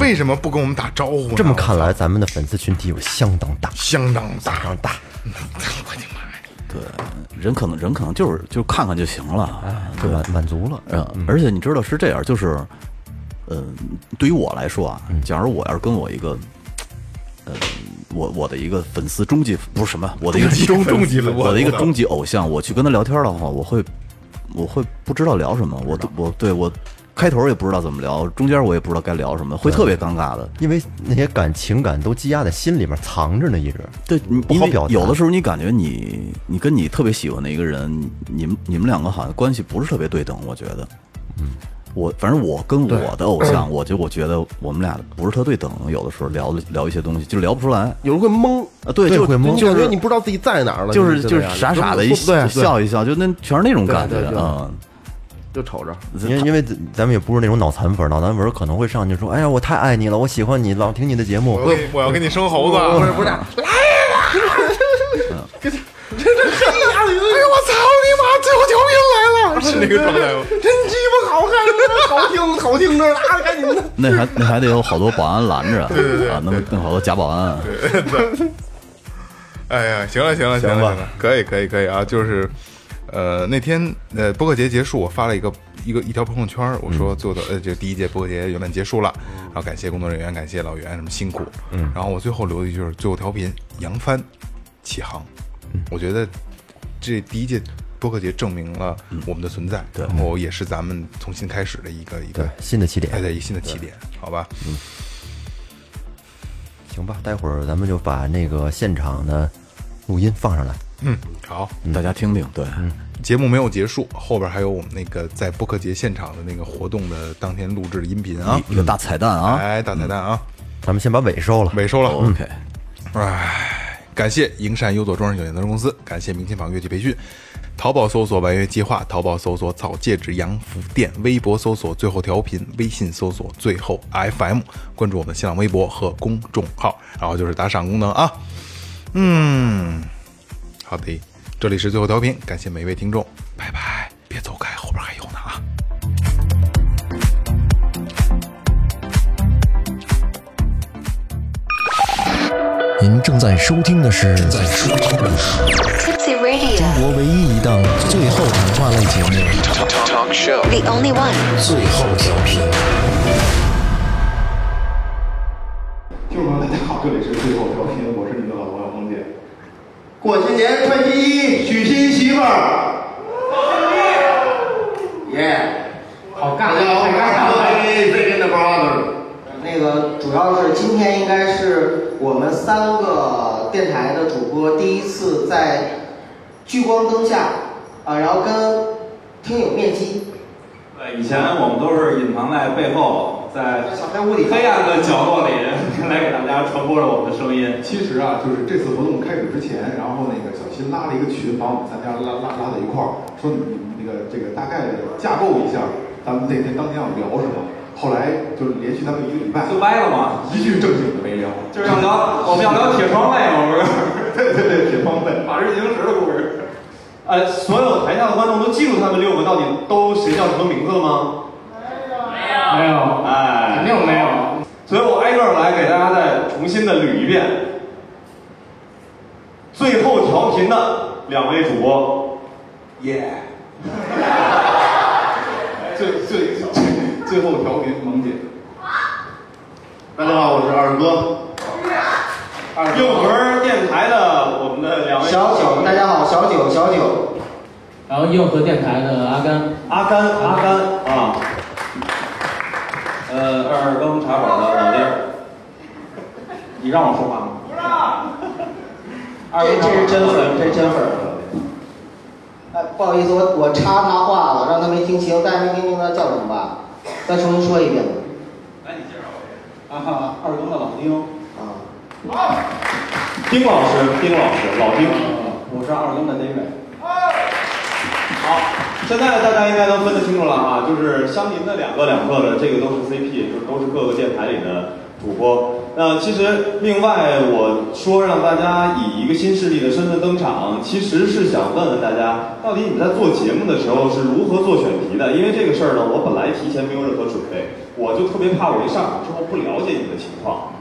Speaker 4: 为什么不跟我们打招呼呢？
Speaker 3: 这么看来，咱们的粉丝群体有相当大，
Speaker 4: 相当
Speaker 3: 相
Speaker 4: 大，
Speaker 3: 当大。
Speaker 4: 我的妈呀！
Speaker 1: 对，人可能人可能就是就看看就行了。
Speaker 3: 对满满足了。
Speaker 1: 嗯，而且你知道是这样，就是，呃，对于我来说啊，
Speaker 3: 嗯
Speaker 1: 假如我要是跟我一个，呃，我我的一个粉丝终极不是什么，我的一个
Speaker 4: 终终极粉丝
Speaker 1: 我的一个
Speaker 4: 我懂
Speaker 1: 终极偶像，我去跟他聊天的话，我会我会不知道聊什么，我都我对我开头也不知道怎么聊，中间我也不知道该聊什么，会特别尴尬的。
Speaker 3: 因为那些感情感都积压在心里面，藏着呢，一直。
Speaker 1: 对，你
Speaker 3: 不好
Speaker 1: 因为
Speaker 3: 表达
Speaker 1: 有的时候你感觉你你跟你特别喜欢的一个人，你你们你们两个好像关系不是特别对等，我觉得。嗯，我反正我跟我的偶像，我就我觉得我们俩不是特对等，有的时候聊聊一些东西就聊不出来
Speaker 5: 有人会懵，
Speaker 1: 啊。对，
Speaker 3: 对
Speaker 1: 就
Speaker 3: 会懵
Speaker 5: 就
Speaker 1: 就
Speaker 5: 感觉你
Speaker 1: 是
Speaker 5: 不知道自己在哪儿了，
Speaker 1: 就是
Speaker 5: 就
Speaker 1: 就是是傻傻的一
Speaker 5: 一对啊
Speaker 1: 笑一笑，就那全是那种感觉
Speaker 5: 对对对
Speaker 1: 啊。
Speaker 5: 就瞅着，
Speaker 3: 因为因为咱咱们也不是那种脑残粉，脑残粉可能会上去说：“哎呀，我太爱你了，我喜欢你，老听你的节目。
Speaker 4: 我要给我要给你生猴子，啊
Speaker 5: 不是不是，来呀，这这黑呀，哎呦我操你妈，最后调频来 了，
Speaker 4: 是那个状态吗
Speaker 5: 真鸡巴好看，好听好听着呢，啊赶紧的。
Speaker 1: 那还那还得有好多保安拦着，对对对啊，弄弄好多假保安。
Speaker 4: 哎呀，行了行了行了，行了，可以可以可以啊，就是，呃，那天呃播客节结束，我发了一个一个一条朋友圈儿，我说做的、呃，就第一届播客节圆满结束了，然后感谢工作人员，感谢老袁什么辛苦，嗯，然后我最后留的一句是最后调频扬帆起航，我觉得这第一届。播客节证明了我们的存在，对，然后也是咱们重新开始的一个一”
Speaker 3: 对
Speaker 4: 个，，
Speaker 3: 新的起点
Speaker 4: 哎，。对，一个新的起点，好吧？
Speaker 3: 嗯行吧，待会儿咱们就把那个现场的录音放上来。嗯
Speaker 4: 嗯，好，
Speaker 1: 大家听听，对，
Speaker 4: 节目没有结束，后边还有我们那个在播客节现场的那个活动的当天录制的音频啊，
Speaker 1: 一一个大彩蛋啊。
Speaker 4: 哎，大彩蛋啊，
Speaker 3: 咱们先把尾收了。
Speaker 4: 尾收了，
Speaker 1: OK，
Speaker 4: 哎，感谢营山优作装饰有限责任公司，感谢明琴坊乐器培训，淘宝搜索“玩乐计划”，淘宝搜索“草戒指洋服店”，微博搜索“最后调频”，微信搜索“最后 FM”，关注我们的新浪微博和公众号，然后就是打赏功能啊。嗯，好的，这里是最后调频，感谢每一位听众，拜拜，别走开，后边还有呢啊。
Speaker 6: 您正在收听的是中
Speaker 7: Tipsy Radio,
Speaker 6: 国唯一一档最后谈话类节目《
Speaker 7: the only one.
Speaker 6: 最后调频》。
Speaker 8: 听众朋友们，大家好，这里是最后调频，我是你们的老朋友峰姐。
Speaker 9: 过新年穿新衣，娶新媳妇儿。耶！好干！大家好，我是的 brother。
Speaker 10: 那个主要是今天应该是我们三个电台的主播第一次在聚光灯下啊，然后跟听友面基，
Speaker 11: 呃对，以前我们都是隐藏在背后，在
Speaker 10: 小黑屋里
Speaker 11: 黑暗的角落里来给大家传播着我们的声音。
Speaker 8: 其实啊，就是这次活动开始之前，然后那个小新拉了一个群，把我们三家拉拉拉到一块儿，说你们那个这个大概架构一下，咱们那天当天要聊什么。后来就是连续咱们一个礼拜
Speaker 11: 就歪了嘛，
Speaker 8: 一句正经的没聊，
Speaker 11: 就是要聊，我们要聊铁窗泪嘛，不是？
Speaker 8: 对对对，铁方位。
Speaker 11: 法制进行时的故事。呃，所有台下的观众都记住他们六个到底都谁叫什么名字了吗？没有，没有，哎，肯定没有。所以我挨个儿来给大家再重新的捋一遍。最后调频的两位主播，耶、
Speaker 8: 最最最最后调频，萌姐。大家好，我是二哥。
Speaker 11: 硬核电台的我们的两位
Speaker 10: 小九，大家好，小九，小九，
Speaker 12: 然后硬核电台的阿甘，
Speaker 11: 阿甘，阿甘啊，呃，二更茶馆的老弟儿，你让我说话吗？
Speaker 10: 这这是真粉，这是真粉。哎，不好意思，我我插他话了，让他没听清，但是没听清他叫什么吧？再重新说一遍吧。
Speaker 11: 啊哈，二更的老丁。啊。丁老师，丁老师，老丁，啊我是二更的 David。好，现在大家应该能分得清楚了啊，就是相邻的两个两个的，这个都是 CP，就是都是各个电台里的主播。那其实另外我说让大家以一个新势力的身份登场，其实是想问问大家，到底你们在做节目的时候是如何做选题的？因为这个事儿呢，我本来提前没有任何准备，我就特别怕我一上场之后不了解你们的情况。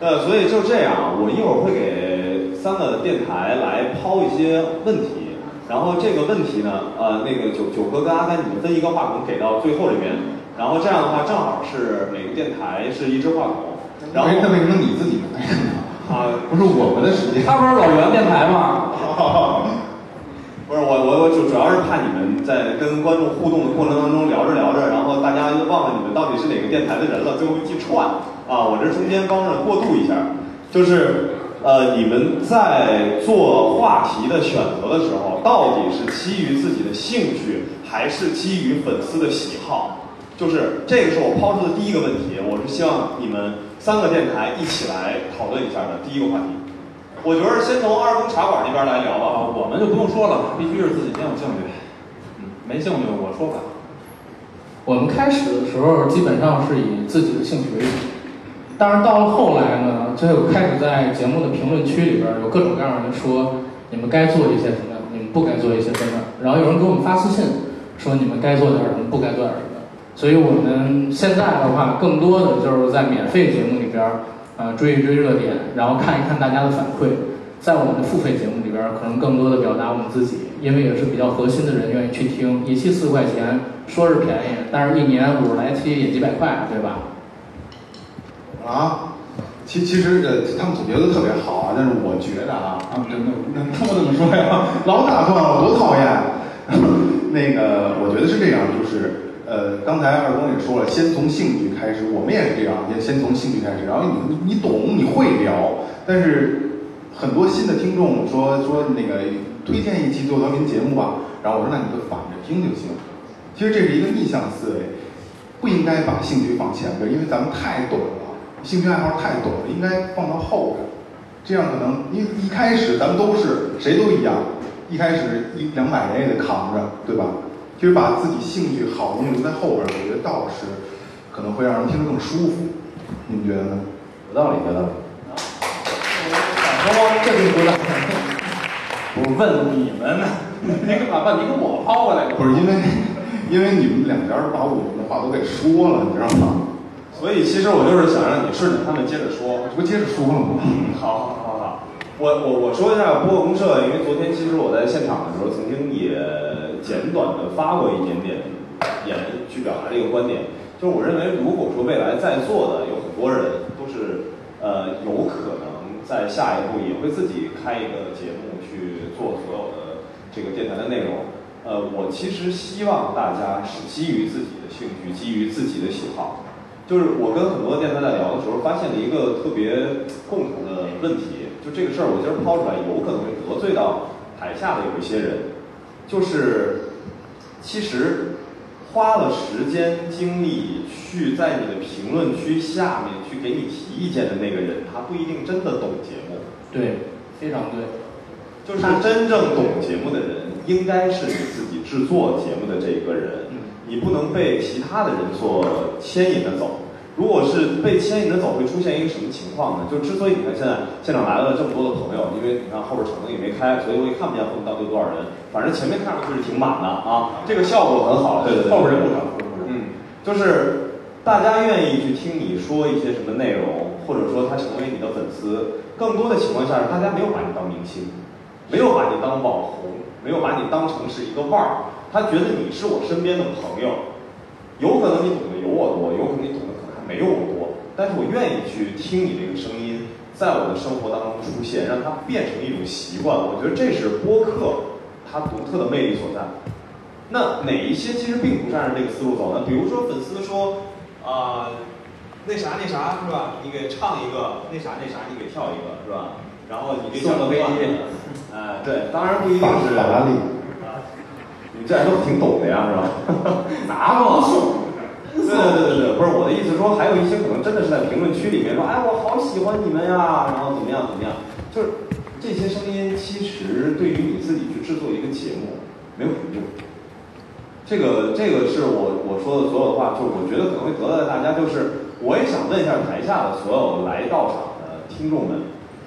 Speaker 11: 呃，所以就这样，我一会儿会给三个电台来抛一些问题，然后这个问题呢，呃，那个九九哥跟阿甘你们分一个话筒给到最后这边，然后这样的话正好是每个电台是一支话筒，然后
Speaker 4: 那为什么你自己来？
Speaker 11: 啊，
Speaker 4: 不是我们的时间，
Speaker 12: 他不是老袁电台吗？
Speaker 11: 不是我我我主主要是怕你们在跟观众互动的过程当中聊着聊着，然后大家就忘了你们到底是哪个电台的人了，最后一记串啊，我这中间帮着过渡一下，就是呃你们在做话题的选择的时候，到底是基于自己的兴趣，还是基于粉丝的喜好？就是这个是我抛出的第一个问题，我是希望你们三个电台一起来讨论一下的第一个话题。我觉得先从二宫茶馆那边来聊吧，
Speaker 13: 我们就不用说了，必须是自己先有兴趣，嗯，没兴趣我说吧。
Speaker 12: 我们开始的时候基本上是以自己的兴趣为主，但是到了后来呢，就有开始在节目的评论区里边有各种各样的人说你们该做一些什么，你们不该做一些什么，然后有人给我们发私信说你们该做点什么，不该做点什么。所以我们现在的话，更多的就是在免费节目里边儿，呃，追一追热点，然后看一看大家的反馈。在我们的付费节目里边儿，可能更多的表达我们自己，因为也是比较核心的人愿意去听。一期四块钱，说是便宜，但是一年五十来期也几百块，对吧？
Speaker 4: 啊，其其实呃，他们总结的特别好啊，但是我觉得啊，他们真的 能这么怎么说呀？老打断我，多讨厌！啊 那个，我觉得是这样，就是呃，刚才二公也说了，先从兴趣开始，我们也是这样，也先从兴趣开始。然后你你你懂，你会聊，但是很多新的听众说说那个推荐一期做调频节目吧，然后我说那你就反着听就行。其实这是一个逆向思维，不应该把兴趣放前边，因为咱们太懂了，兴趣爱好太懂了，应该放到后边。这样可能因为一开始咱们都是谁都一样，一开始一两百年也得扛着，对吧？其实把自己兴趣好东西留在后边儿，我觉得倒是可能会让人听着更舒服。你们觉得呢？
Speaker 14: 有道理，有道理。
Speaker 11: 这并不大。 我问你们呢， 你干嘛把你给我抛过来的？
Speaker 4: 不是因为，因为你们两家儿把我们的话都给说了，你知道吗？
Speaker 11: 所以其实我就是想让你顺着他们接着说，
Speaker 4: 这不接着说了吗？
Speaker 11: 好好好好，我我我说一下播客公社，因为昨天其实我在现场的时候曾经也简短的发过一点点言去表达这个观点，就是我认为如果说未来在座的有很多人都是呃有可能在下一步也会自己开一个节目去做所有的这个电台的内容，呃，我其实希望大家是基于自己的兴趣，基于自己的喜好。就是我跟很多电台在聊的时候，发现了一个特别共同的问题，就这个事儿，我今儿抛出来，有可能会得罪到台下的有一些人，就是其实花了时间精力去在你的评论区下面去给你提意见的那个人，他不一定真的懂节目，
Speaker 12: 对，非常对。
Speaker 11: 就是真正懂节目的人，应该是你自己制作节目的这一个人，你不能被其他的人所牵引着走。如果是被牵引着走，会出现一个什么情况呢？就之所以你看现在现场来了这么多的朋友，因为你看后边场子也没开，所以我也看不见后面到底有多少人。反正前面看上去是挺满的啊，这个效果很好。对对对，
Speaker 4: 后边人不
Speaker 11: 少。嗯，就是大家愿意去听你说一些什么内容，或者说他成为你的粉丝，更多的情况下是大家没有把你当明星，没有把你当网红，没有把你当成是一个腕儿，他觉得你是我身边的朋友，有可能你懂得有我多，有可能你懂得可能还没有我多，但是我愿意去听你这个声音，在我的生活当中出现，让它变成一种习惯。我觉得这是播客它独特的魅力所在。那哪一些其实并不是按照这个思路走呢？比如说粉丝说，啊、那啥那啥是吧？你给唱一个，那啥那啥你给跳一个是吧？然后你这
Speaker 15: 送
Speaker 11: 像
Speaker 15: 个
Speaker 11: 个
Speaker 15: 飞
Speaker 11: 段
Speaker 15: 机
Speaker 11: 子，哎，对，当然不一定是啊
Speaker 2: 法拉利
Speaker 11: 你这都挺懂的呀，是吧？拿过。对对对对，不是我的意思说，还有一些可能真的是在评论区里面说，哎，我好喜欢你们呀，然后怎么样怎么样，就是这些声音其实对于你自己去制作一个节目没有什么用。这个这个是我我说的所有的话，就是我觉得可能会得到大家，就是我也想问一下台下的所有来到场的听众们，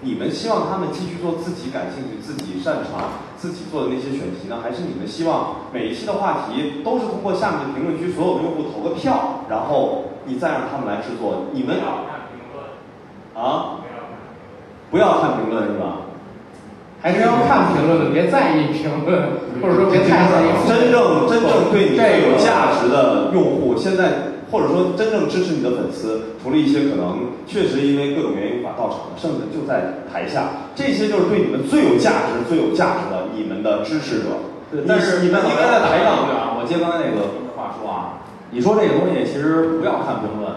Speaker 11: 你们希望他们继续做自己感兴趣、自己擅长、自己做的那些选题呢，还是你们希望每一期的话题都是通过下面的评论区所有的用户投个票，然后你再让他们来制作？你们啊，不要看评论是吧？
Speaker 12: 还是要看评 论的，别在意评论，或者说别太在意负面。
Speaker 11: 真正真正对你
Speaker 12: 这
Speaker 11: 最有
Speaker 12: 个
Speaker 11: 价值的用户，现在或者说真正支持你的粉丝，除了一些可能确实因为各种原因无法到场的，甚至就在台下，这些就是对你们最有价值、最有价值的你们的支持者。
Speaker 15: 对，但是
Speaker 11: 你你们应该在台上
Speaker 15: 对啊，我接刚才那个话说啊，你说这个东西其实不要看评论，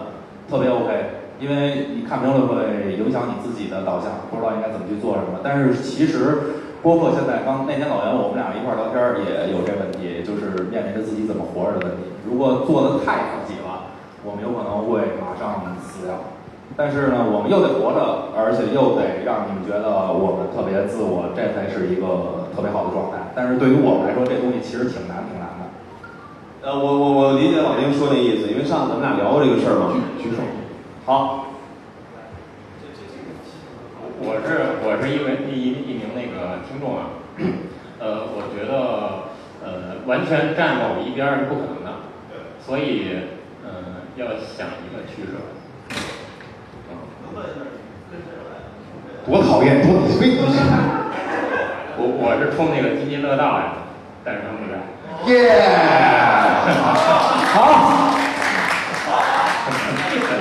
Speaker 15: 特别 OK，因为你看评论会影响你自己的导向，不知道应该怎么去做什么。但是其实包括现在刚那天老袁我们俩一块儿聊天儿也有这问题，就是面临着自己怎么活着的问题。如果做的太自己了，我们有可能会马上死掉。但是呢，我们又得活着，而且又得让你们觉得呃我们特别自我，这才是一个特别好的状态。但是对于我们来说，这东西其实挺难，挺难的。
Speaker 11: 呃，我我我理解老丁说那意思，因为上次咱们俩聊过这个事儿嘛。举手。好，
Speaker 13: 我是我是一位一一名那个听众啊，呃，我觉得呃完全站某一边儿是不可能的，所以呃要想一个取舍。
Speaker 2: 多讨厌，多呸！
Speaker 13: 我我是冲那个津津乐道来的，但是他们不在。
Speaker 2: 耶！
Speaker 10: 好，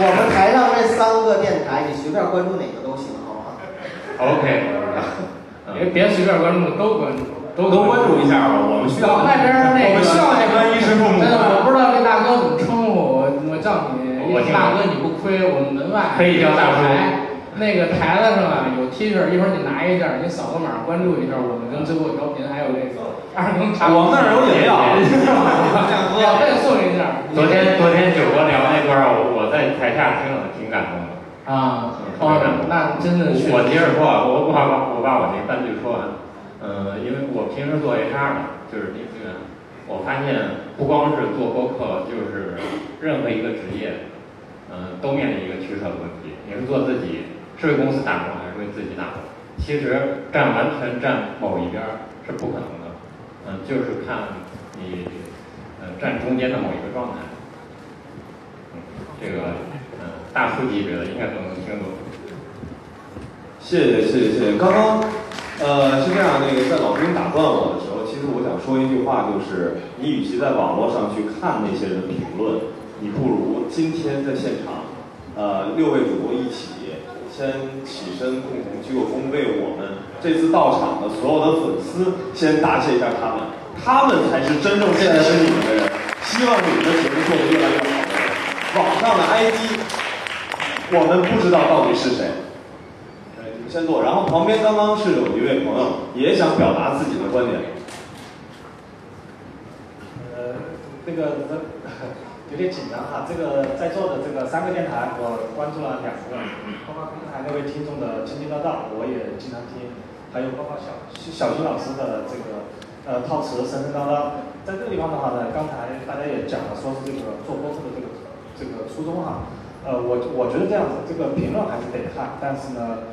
Speaker 10: 我们台上这三个电台，你随便关注哪个都行，好吗？
Speaker 13: OK，
Speaker 12: 别别随便关注，都关注，都
Speaker 13: 都关注一下吧，我们需要
Speaker 12: 我们那边儿那个，
Speaker 13: 我们需要那个衣食父母啊
Speaker 12: 真的，我不知道这大哥怎么称呼我，我叫你
Speaker 13: 我听
Speaker 12: 大哥，你不亏。我们门外
Speaker 13: 可以叫大叔
Speaker 12: 台那个台子上啊有 T 恤，一会儿你拿一件儿，你扫个码关注一下我们跟最后调频，还有这个二更
Speaker 13: 啊
Speaker 12: 茶。
Speaker 13: 我们那儿有 饮料
Speaker 12: 免费送一件儿。
Speaker 13: 昨天昨天九哥聊那段儿，我我在台下听了挺感动的。
Speaker 12: 啊，哦，那真的是
Speaker 13: 我接着说啊，我我把我把我那半句说完。呃，因为我平时做 HR 的，就是那个，我发现不光是做播客，就是任何一个职业，呃，都面临一个取舍的问题。你是做自己是为公司打工，还是为自己打工？其实站完全站某一边儿是不可能的，嗯、就是看你呃站中间的某一个状态。嗯，这个呃大叔级别的应该都能听懂。
Speaker 11: 谢谢谢谢谢谢。刚刚，呃，是这样，那个在老丁打断我的时候，其实我想说一句话，就是你与其在网络上去看那些人的评论，你不如今天在现场，呃，六位主播一起先起身共同鞠个躬，为我们这次到场的呃所有的粉丝先答谢一下他们，他们才是真正支持你们的人。希望你们的节目做得越来越好的人。网上的 ID，我们不知道到底是谁。哎，你们先坐。然后旁边刚刚是有一位朋友也想表达自己的观点。
Speaker 16: 呃，这个 这有点紧张哈。这个在座的这个三个电台，我关注了两个，包括刚才那位听众的《津津乐道》，我也经常听，还有包括小小徐老师的这个呃套词神神叨叨。在这个地方的话呢，刚才大家也讲了，说是这个做播客的这个这个初衷哈。呃，我我觉得这样子，这个评论还是得看，但是呢，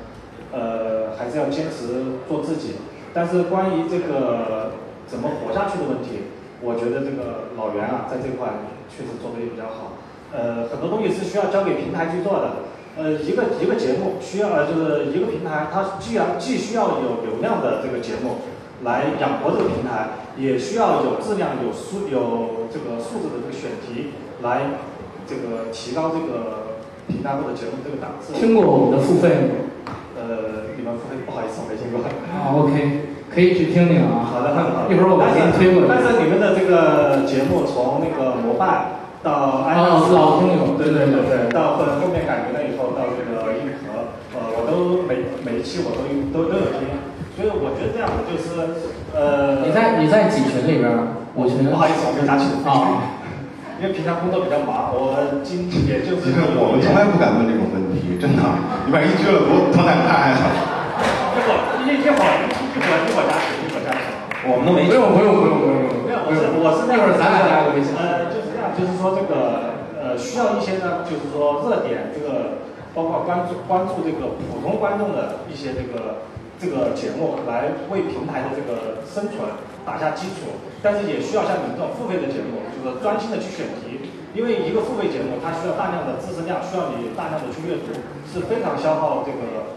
Speaker 16: 呃，还是要坚持做自己。但是关于这个怎么活下去的问题，我觉得这个老袁啊，在这块确实做的也比较好。呃，很多东西是需要交给平台去做的。呃，一个一个节目需要，呃，就是一个平台，它既然既需要有流量的这个节目来养活这个平台，也需要有质量、有素、有这个素质的这个选题来这个提高这个平台或者节目这个档次。
Speaker 12: 听过我们的付费吗？
Speaker 16: 呃，你们付费不好意思，我没听过。
Speaker 12: 啊，OK，可以去听听啊。
Speaker 16: 好的，很好。
Speaker 12: 一会儿我给
Speaker 16: 但
Speaker 12: 您
Speaker 16: 是
Speaker 12: 推过去。
Speaker 16: 但是你们的这个节目从那个膜拜到安
Speaker 12: 哦
Speaker 16: 娜
Speaker 12: 老听友
Speaker 16: 对对对对，到后后面改名了以后到这个硬核，呃，我都每每一期我都都都有听，所以我觉得这样就是呃，
Speaker 12: 你在你在几群里边儿？五群。
Speaker 16: 不好意思，我 没加群
Speaker 12: 啊。
Speaker 16: 因为平常工作比较忙，我今也就是
Speaker 4: 我们从来不敢问这种问题，真的，啊你万一撅了多多难看呀！
Speaker 16: 一会儿一一会儿一会儿一会儿加群，一会儿加群。
Speaker 17: 我们都没
Speaker 12: 不用不用不用不用
Speaker 16: 没有，
Speaker 12: 不
Speaker 16: 我
Speaker 12: 用
Speaker 16: 是我是那
Speaker 12: 一会
Speaker 16: 样
Speaker 12: 儿咱俩加个微信。
Speaker 16: 呃，就是这样，就是说这个呃，需要一些呢，就是说热点这个，包括关注关注这个普通观众的一些这个这个节目，来为平台的这个生存打下基础。但是也需要像你们这种付费的节目，就是说专心的去选题，因为一个付费节目它需要大量的知识量，需要你大量的去阅读，是非常消耗这个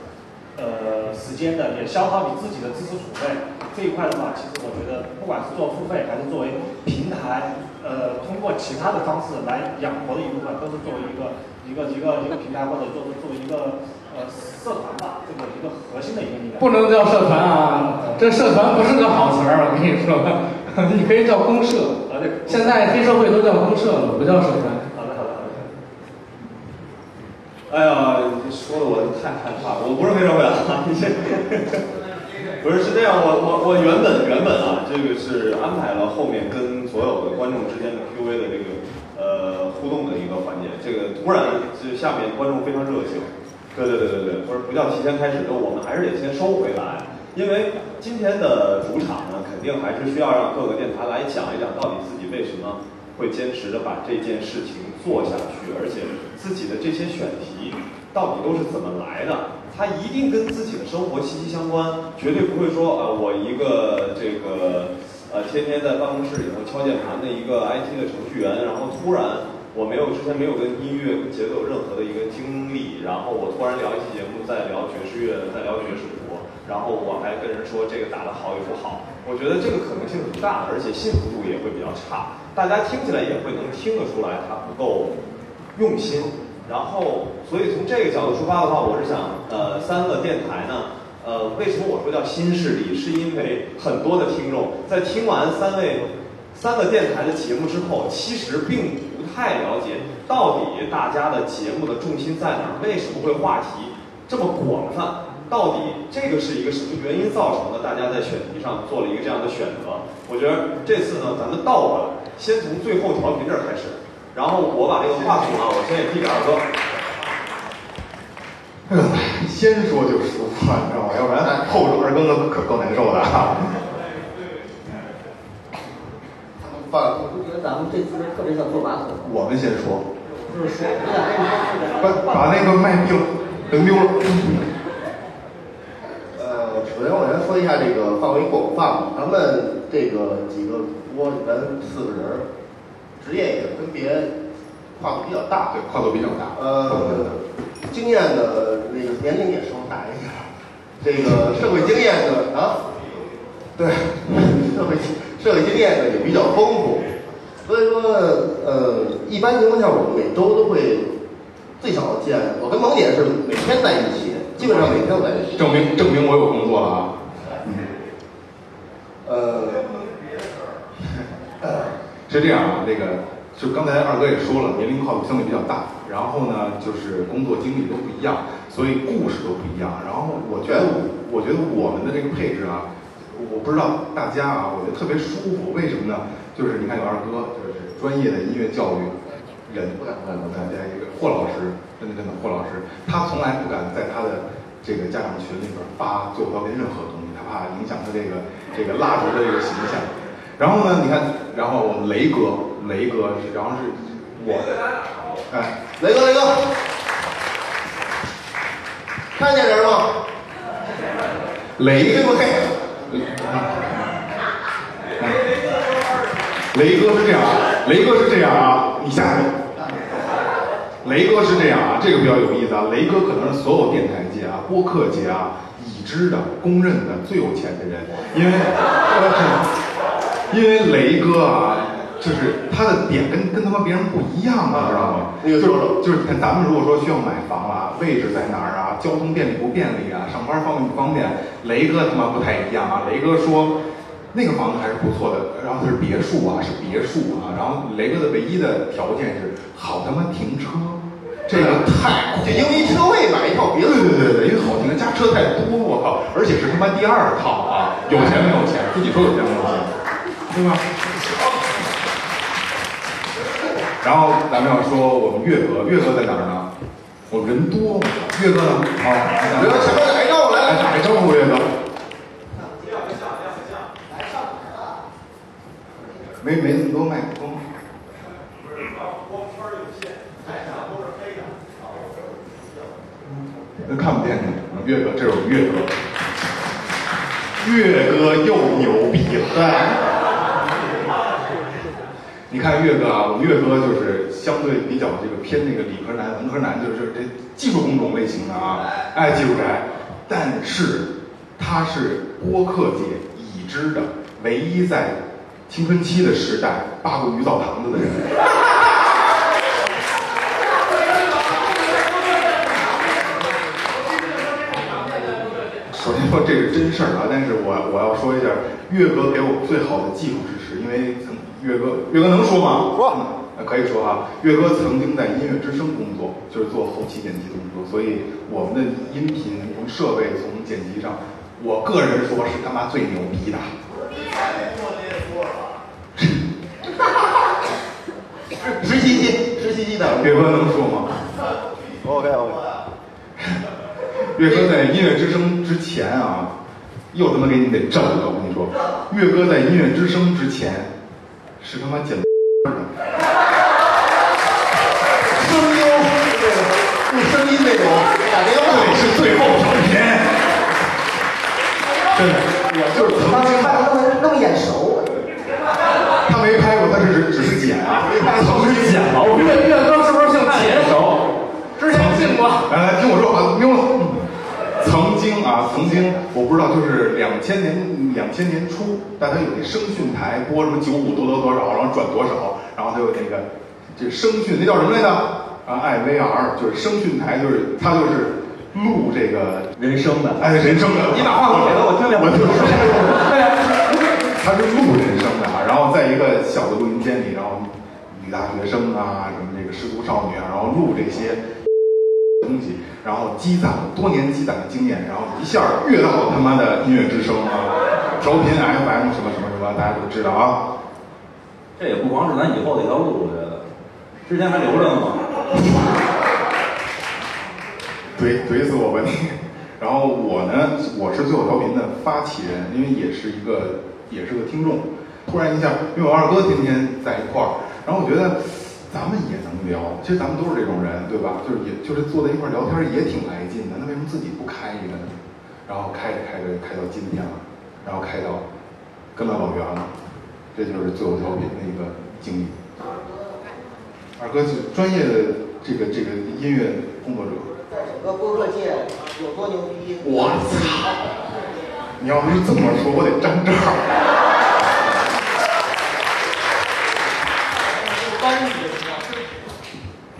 Speaker 16: 呃时间的，也消耗你自己的知识储备。这一块的话，其实我觉得，不管是做付费还是作为平台，呃，通过其他的方式来养活的一部分，都是作为一个一个一个一个平台，或者说是作为一个呃社团吧，这个一个核心的一个力量。
Speaker 12: 不能叫社团啊， 这社团不是个好词儿，我跟你说， 你可以叫公社。
Speaker 13: 啊
Speaker 12: 现在黑社会都叫公社了，不叫社团。
Speaker 16: 好的好的好的。
Speaker 11: 哎呀，你说的我太害怕了，我不是黑社会啊，你这。 不是是这样，我我我原本原本啊，这个是安排了后面跟所有的观众之间的 Q&A 的这个呃互动的一个环节。这个突然就下面观众非常热情，对对对对对，不是不叫提前开始，就我们还是得先收回来，因为今天的主场呢，肯定还是需要让各个电台来讲一讲到底自己为什么会坚持着把这件事情做下去，而且自己的这些选题到底都是怎么来的。它一定跟自己的生活息息相关，绝对不会说呃我一个这个呃天天在办公室里头敲键盘的一个 IT 的程序员，然后突然我没有之前没有跟音乐跟节奏有任何的一个经历，然后我突然聊一期节目在聊爵士乐，在聊爵士鼓，然后我还跟人说这个打得好与不好，我觉得这个可能性很大的，而且信服度也会比较差，大家听起来也会能听得出来它不够用心。然后，所以从这个角度出发的话，我是想，呃，三个电台呢，呃，为什么我说叫新势力？是因为很多的听众在听完三位三个电台的节目之后，其实并不太了解到底大家的节目的重心在哪儿，为什么会话题这么广泛？到底这个是一个什么原因造成的？大家在选题上做了一个这样的选择。我觉得这次呢，咱们倒过来，先从最后调频这儿开始。然后我把这个话筒啊，我先也递给二哥。
Speaker 4: 哎呦，先说就舒服，你知道吗？要不然后手二更可可够难受的啊。
Speaker 10: 我就觉得咱们这次特别像坐马桶。
Speaker 4: 我们先说，
Speaker 10: 就是说，我想跟你说，
Speaker 4: 把把那个麦丢了，扔丢了。
Speaker 5: 呃，首先我先说一下这个范围广泛，咱们这个几个主播，你们四个人儿，职业也分别跨度比较大，对，
Speaker 4: 跨度比较大。
Speaker 5: 呃，经验的那个年龄也稍大一点，这个社会经验的啊，对，社会经社会经验呢也比较丰富，所以说呃，一般情况下我们每周都会最少见，我跟萌姐是每天在一起，基本上每天都在一起。
Speaker 4: 证明证明我有工作了啊！
Speaker 5: 呃，
Speaker 4: 是这样啊，这个就刚才二哥也说了，年龄跨度相对比较大，然后呢，就是工作经历都不一样，所以故事都不一样。然后我觉得，我觉得我们的这个配置啊，我不知道大家啊，我觉得特别舒服。为什么呢？就是你看有二哥，就是专业的音乐教育人，不敢不敢不敢，这个霍老师，真的真的霍老师，他从来不敢在他的这个家长群里边发最后调频任何东西，他怕影响他这个这个蜡烛的这个形象。然后呢，你看，然后我们雷哥，雷哥是，然后是我，哎，
Speaker 5: 雷哥，雷哥，看见人吗？
Speaker 4: 雷
Speaker 5: 对不对？
Speaker 4: 雷哥是这样，啊，雷哥是这样啊，你下去。雷哥是这样啊，这个比较有意思啊。雷哥可能是所有电台界啊、播客界啊已知的、公认的最有钱的人，因为、因为雷哥啊，就是他的点跟跟他妈别人不一样，啊你知道吗？就是就是看咱们如果说需要买房啊，位置在哪儿啊，交通便利不便利啊，上班方便不方便，雷哥他妈不太一样啊。雷哥说那个房子还是不错的，然后它是别墅啊，是别墅啊，然后雷哥的唯一的条件是好他妈停车，这个太
Speaker 5: 就因为车位买一套别墅，
Speaker 4: 对对对对，因为好停车，家车太多，我靠，而且是他妈第二套啊，有钱没有钱，自己说有钱没有钱，对吧？然后咱们要说我们岳哥，岳哥在哪儿呢？我人多，岳哥呢？啊，
Speaker 5: 岳哥前面打一招呼来来
Speaker 4: 来，打一招呼，岳哥。没没那么多麦克风。那看不见你，岳哥，这是我们岳哥。岳哥又牛逼了。你看岳哥啊，我们岳哥就是相对比较这个偏那个理科男、文科男，就是这技术工种类型的啊，哎，技术宅。但是他是播客界已知的唯一在青春期的时代扒过鱼澡堂子的人。首先说这是真事儿啊，但是我我要说一下，岳哥给我最好的技术支持，因为曾岳哥岳哥能说吗？说、可以说啊。岳哥曾经在音乐之声工作，就是做后期剪辑工作，所以我们的音频从设备从剪辑上，我个人说是他妈最牛逼的。
Speaker 5: 十七期，十七期的
Speaker 4: 岳哥能说吗？
Speaker 5: ，OK OK，
Speaker 4: 岳哥在音乐之声之前啊，又他妈给你得震了，我跟你说，岳哥在音乐之声之前是他妈剪
Speaker 5: 声优，用声音那种打电话，
Speaker 4: 对，是最后调频。真的，我就是曾
Speaker 10: 当时
Speaker 4: 经
Speaker 10: 看着那么那么眼熟，
Speaker 4: 他没拍过，他是只只是剪啊，曾经剪了，我跟你
Speaker 12: 岳岳哥是不是姓
Speaker 4: 眼
Speaker 12: 杰？
Speaker 4: 熟。
Speaker 12: 之前姓过。
Speaker 4: 来来，听我说啊，妞了。曾经啊，曾经我不知道，就是两千年两千年初，但他有那声讯台播什么九五多多多少，然后转多少，然后他有那个这声讯那叫什么来着？啊，IVR 就是声讯台，就是他就是录这个人声的，哎，人声的。
Speaker 11: 你把话筒给他我听听
Speaker 4: 我就 说，他是录人声的啊，然后在一个小的录音间里，然后女大学生啊，什么这个失足少女啊，然后录这些。东西，然后积攒多年积攒的经验，然后一下儿跃到他妈的音乐之声啊，调频 FM 什么什么什么，大家都知道啊。
Speaker 11: 这也不光是咱以后的一条路，我觉得，之前还留着呢嘛。
Speaker 4: 怼怼死我吧你！然后我呢，我是最后调频的发起人，因为也是一个也是个听众。突然一下，因为我二哥天天在一块儿，然后我觉得咱们也能聊，其实咱们都是这种人，对吧？就是也就是坐在一块儿聊天也挺来劲的，那为什么自己不开一个呢？然后开着开着开到今天了，然后开到跟了老袁了，这就是最后调频的一个经历。二哥是专业的这个这个音乐工作者。
Speaker 10: 在整个播客界有多牛逼？
Speaker 4: 我操！你要是这么说，我得站这儿。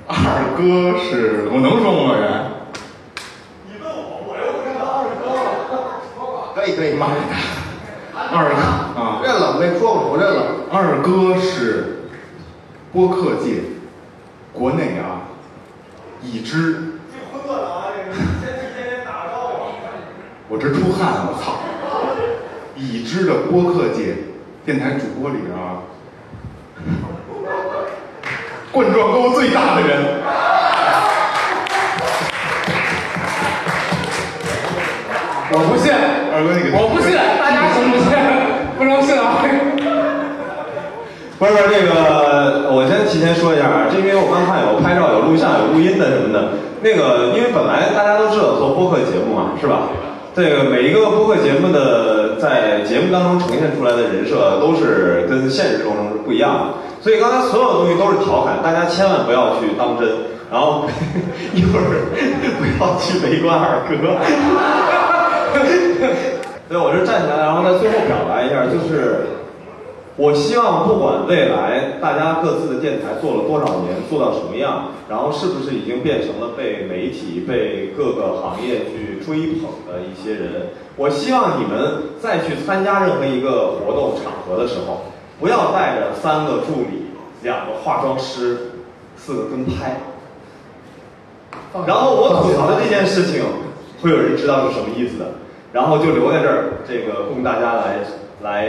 Speaker 4: 二哥是我能说吗？老袁，
Speaker 5: 可以可以，
Speaker 4: 妈呀，二哥啊，
Speaker 5: 认了没说过，我认了，
Speaker 4: 二哥是播客界国内啊已知。我这出汗，我操！已知的播客界电台主播里啊，冠状沟最大的人。
Speaker 12: 我不信，
Speaker 4: 二哥，你给
Speaker 12: 我不信，大家信不信？ 不能信啊！
Speaker 11: 不是不是，这个我先提前说一下啊，这因为我刚看有拍照、有录像、有录音的什么的。那个，因为本来大家都知道做播客节目嘛，是吧？这个每一个播客节目的在节目当中呈现出来的人设都是跟现实生活中是不一样的，所以刚才所有的东西都是调侃，大家千万不要去当真，然后 一会儿不要去围观二 哥。对，我是站起来，然后在最后表达一下，就是我希望不管未来大家各自的电台做了多少年，做到什么样，然后是不是已经变成了被媒体、被各个行业去追捧的一些人，我希望你们再去参加任何一个活动场合的时候，不要带着三个助理、两个化妆师、四个跟拍。然后我吐槽的这件事情，会有人知道是什么意思的，然后就留在这儿，这个供大家来来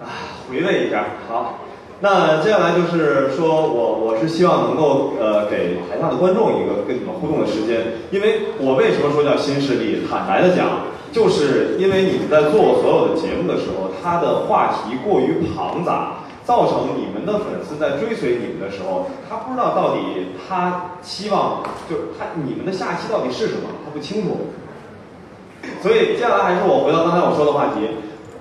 Speaker 11: 啊回味一下。好，那接下来就是说我我是希望能够呃给台下的观众一个跟你们互动的时间，因为我为什么说叫新势力？坦白的讲，就是因为你们在做所有的节目的时候，它的话题过于庞杂。造成你们的粉丝在追随你们的时候，他不知道到底他期望就是他你们的下一期到底是什么，他不清楚。所以接下来还是我回到刚才我说的话题，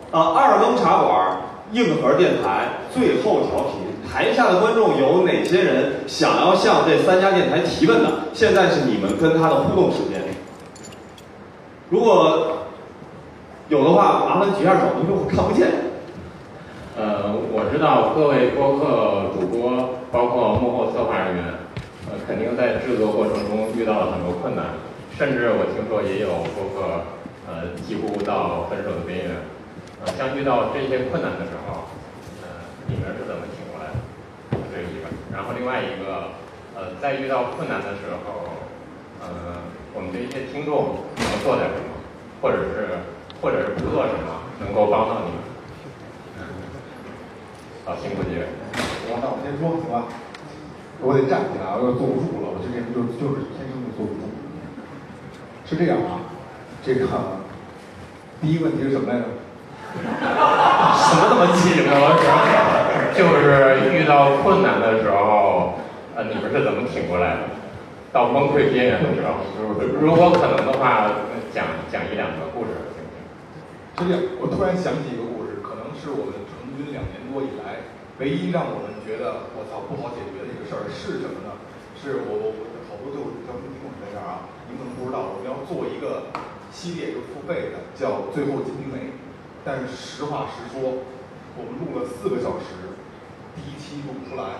Speaker 11: 啊，二更茶馆、硬核电台最后调频，台下的观众有哪些人想要向这三家电台提问的？现在是你们跟他的互动时间。如果有的话，麻烦举下手，因为我看不见。
Speaker 13: 呃，我知道各位播客主播，包括幕后策划人员，呃，肯定在制作过程中遇到了很多困难，甚至我听说也有播客，呃，几乎到分手的边缘。呃，像遇到这些困难的时候，呃，你们是怎么挺过来的？这是一个。然后另外一个，呃，在遇到困难的时候，呃，我们的一些听众能做点什么，或者是或者是不做什么，能够帮到你们。好，辛苦几位。
Speaker 4: 行，那我先说，行吧？我得站起来，我要坐不住了，我这人就就是天生就坐不住。是这样啊，这个第一个问题是什么来着？
Speaker 13: 什么都记着，我想想，就是遇到困难的时候，呃，你们是怎么挺过来的？到崩溃边缘的时候，如果可能的话，讲讲一两个故事，行不行？
Speaker 4: 是这样，我突然想起一个故事，可能是我们成军两年多以来，唯一让我们觉得我操不好解决的一个事儿是什么呢？是我我我好多就是咱们听众在这儿啊，你们可能不知道，我们要做一个系列，就是付费的，叫《最后金瓶梅》。但是实话实说，我们录了四个小时，第一期录不出来，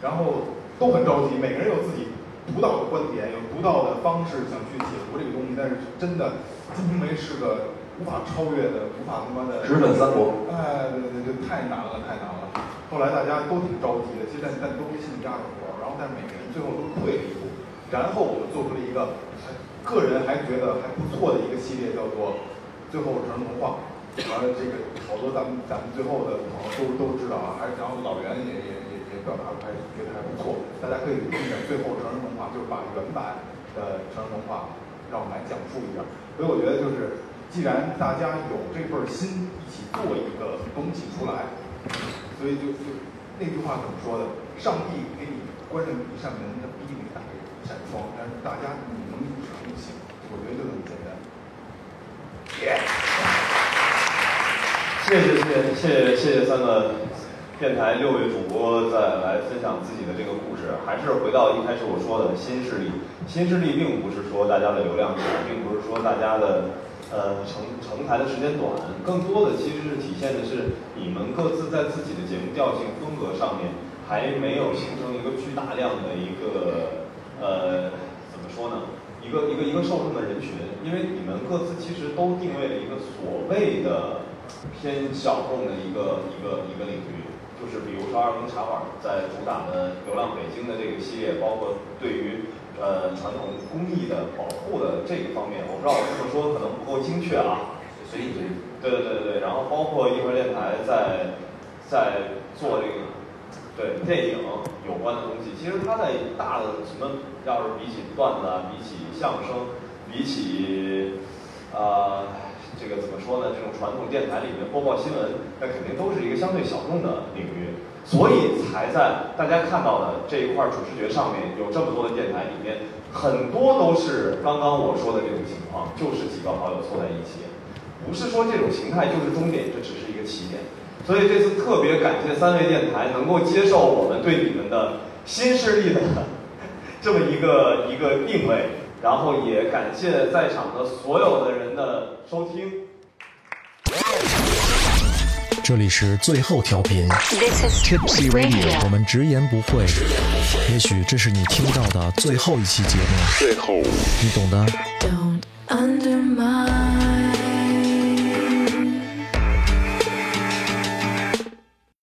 Speaker 4: 然后都很着急，每个人有自己独到的观点，有独到的方式想去解读这个东西，但是真的《金瓶梅》是个。无法超越的，无法他妈的
Speaker 18: 直奔三国。
Speaker 4: 哎，对对对，太难了，太难了。后来大家都挺着急的，其实但但都心里压着火，然后但是每个人最后都退了一步，然后我们做出了一个还个人还觉得还不错的一个系列，叫做《最后成人童话》。完了，这个好多咱们咱们最后的朋友都都知道啊，还然后老袁也也也也表达还觉得还不错，大家可以看一下《最后成人童话》，就是把原版的成人童话让我们来讲述一下。所以我觉得就是。既然大家有这份心，一起做一个东西出来，所以就就那句话怎么说的？上帝给你关上一扇门，他逼你打开一扇窗，但是大家你能与上就行。我觉得就这么简单。
Speaker 11: 耶、谢谢谢谢谢谢谢三个电台六位主播再来分享自己的这个故事，还是回到一开始我说的新势力。新势力并不是说大家的流量大，并不是说大家的。呃，成成台的时间短，更多的其实是体现的是你们各自在自己的节目调性、风格上面还没有形成一个巨大量的一个呃，怎么说呢？一个一个一个受众的人群，因为你们各自其实都定位了一个所谓的偏小众的一个一个一个领域，就是比如说二更茶馆在主打的《流浪北京》的这个系列，包括对于。呃，传统工艺的保护的这个方面，我不知道我这么说可能不够精确啊。
Speaker 18: 随意随意。
Speaker 11: 对对对对，然后包括一会儿电台在在做这个对电影有关的东西，其实它在大的什么，要是比起段子啊，比起相声，比起啊、呃、这个怎么说呢？这种传统电台里面播报新闻，那肯定都是一个相对小众的领域。所以才在大家看到的这一块主视觉上面有这么多的电台，里面很多都是刚刚我说的这种情况，就是几个好友凑在一起，不是说这种形态就是终点，这只是一个起点。所以这次特别感谢三位电台能够接受我们对你们的新势力的 这么一个一个定位，然后也感谢在场的所有的人的收听。
Speaker 1: 这里是最后调频
Speaker 3: This is
Speaker 1: Tipsy Radio，我们直言不讳，也许这是你听到的最后一期节目，
Speaker 3: 最后
Speaker 1: 你懂的。
Speaker 19: Undermine.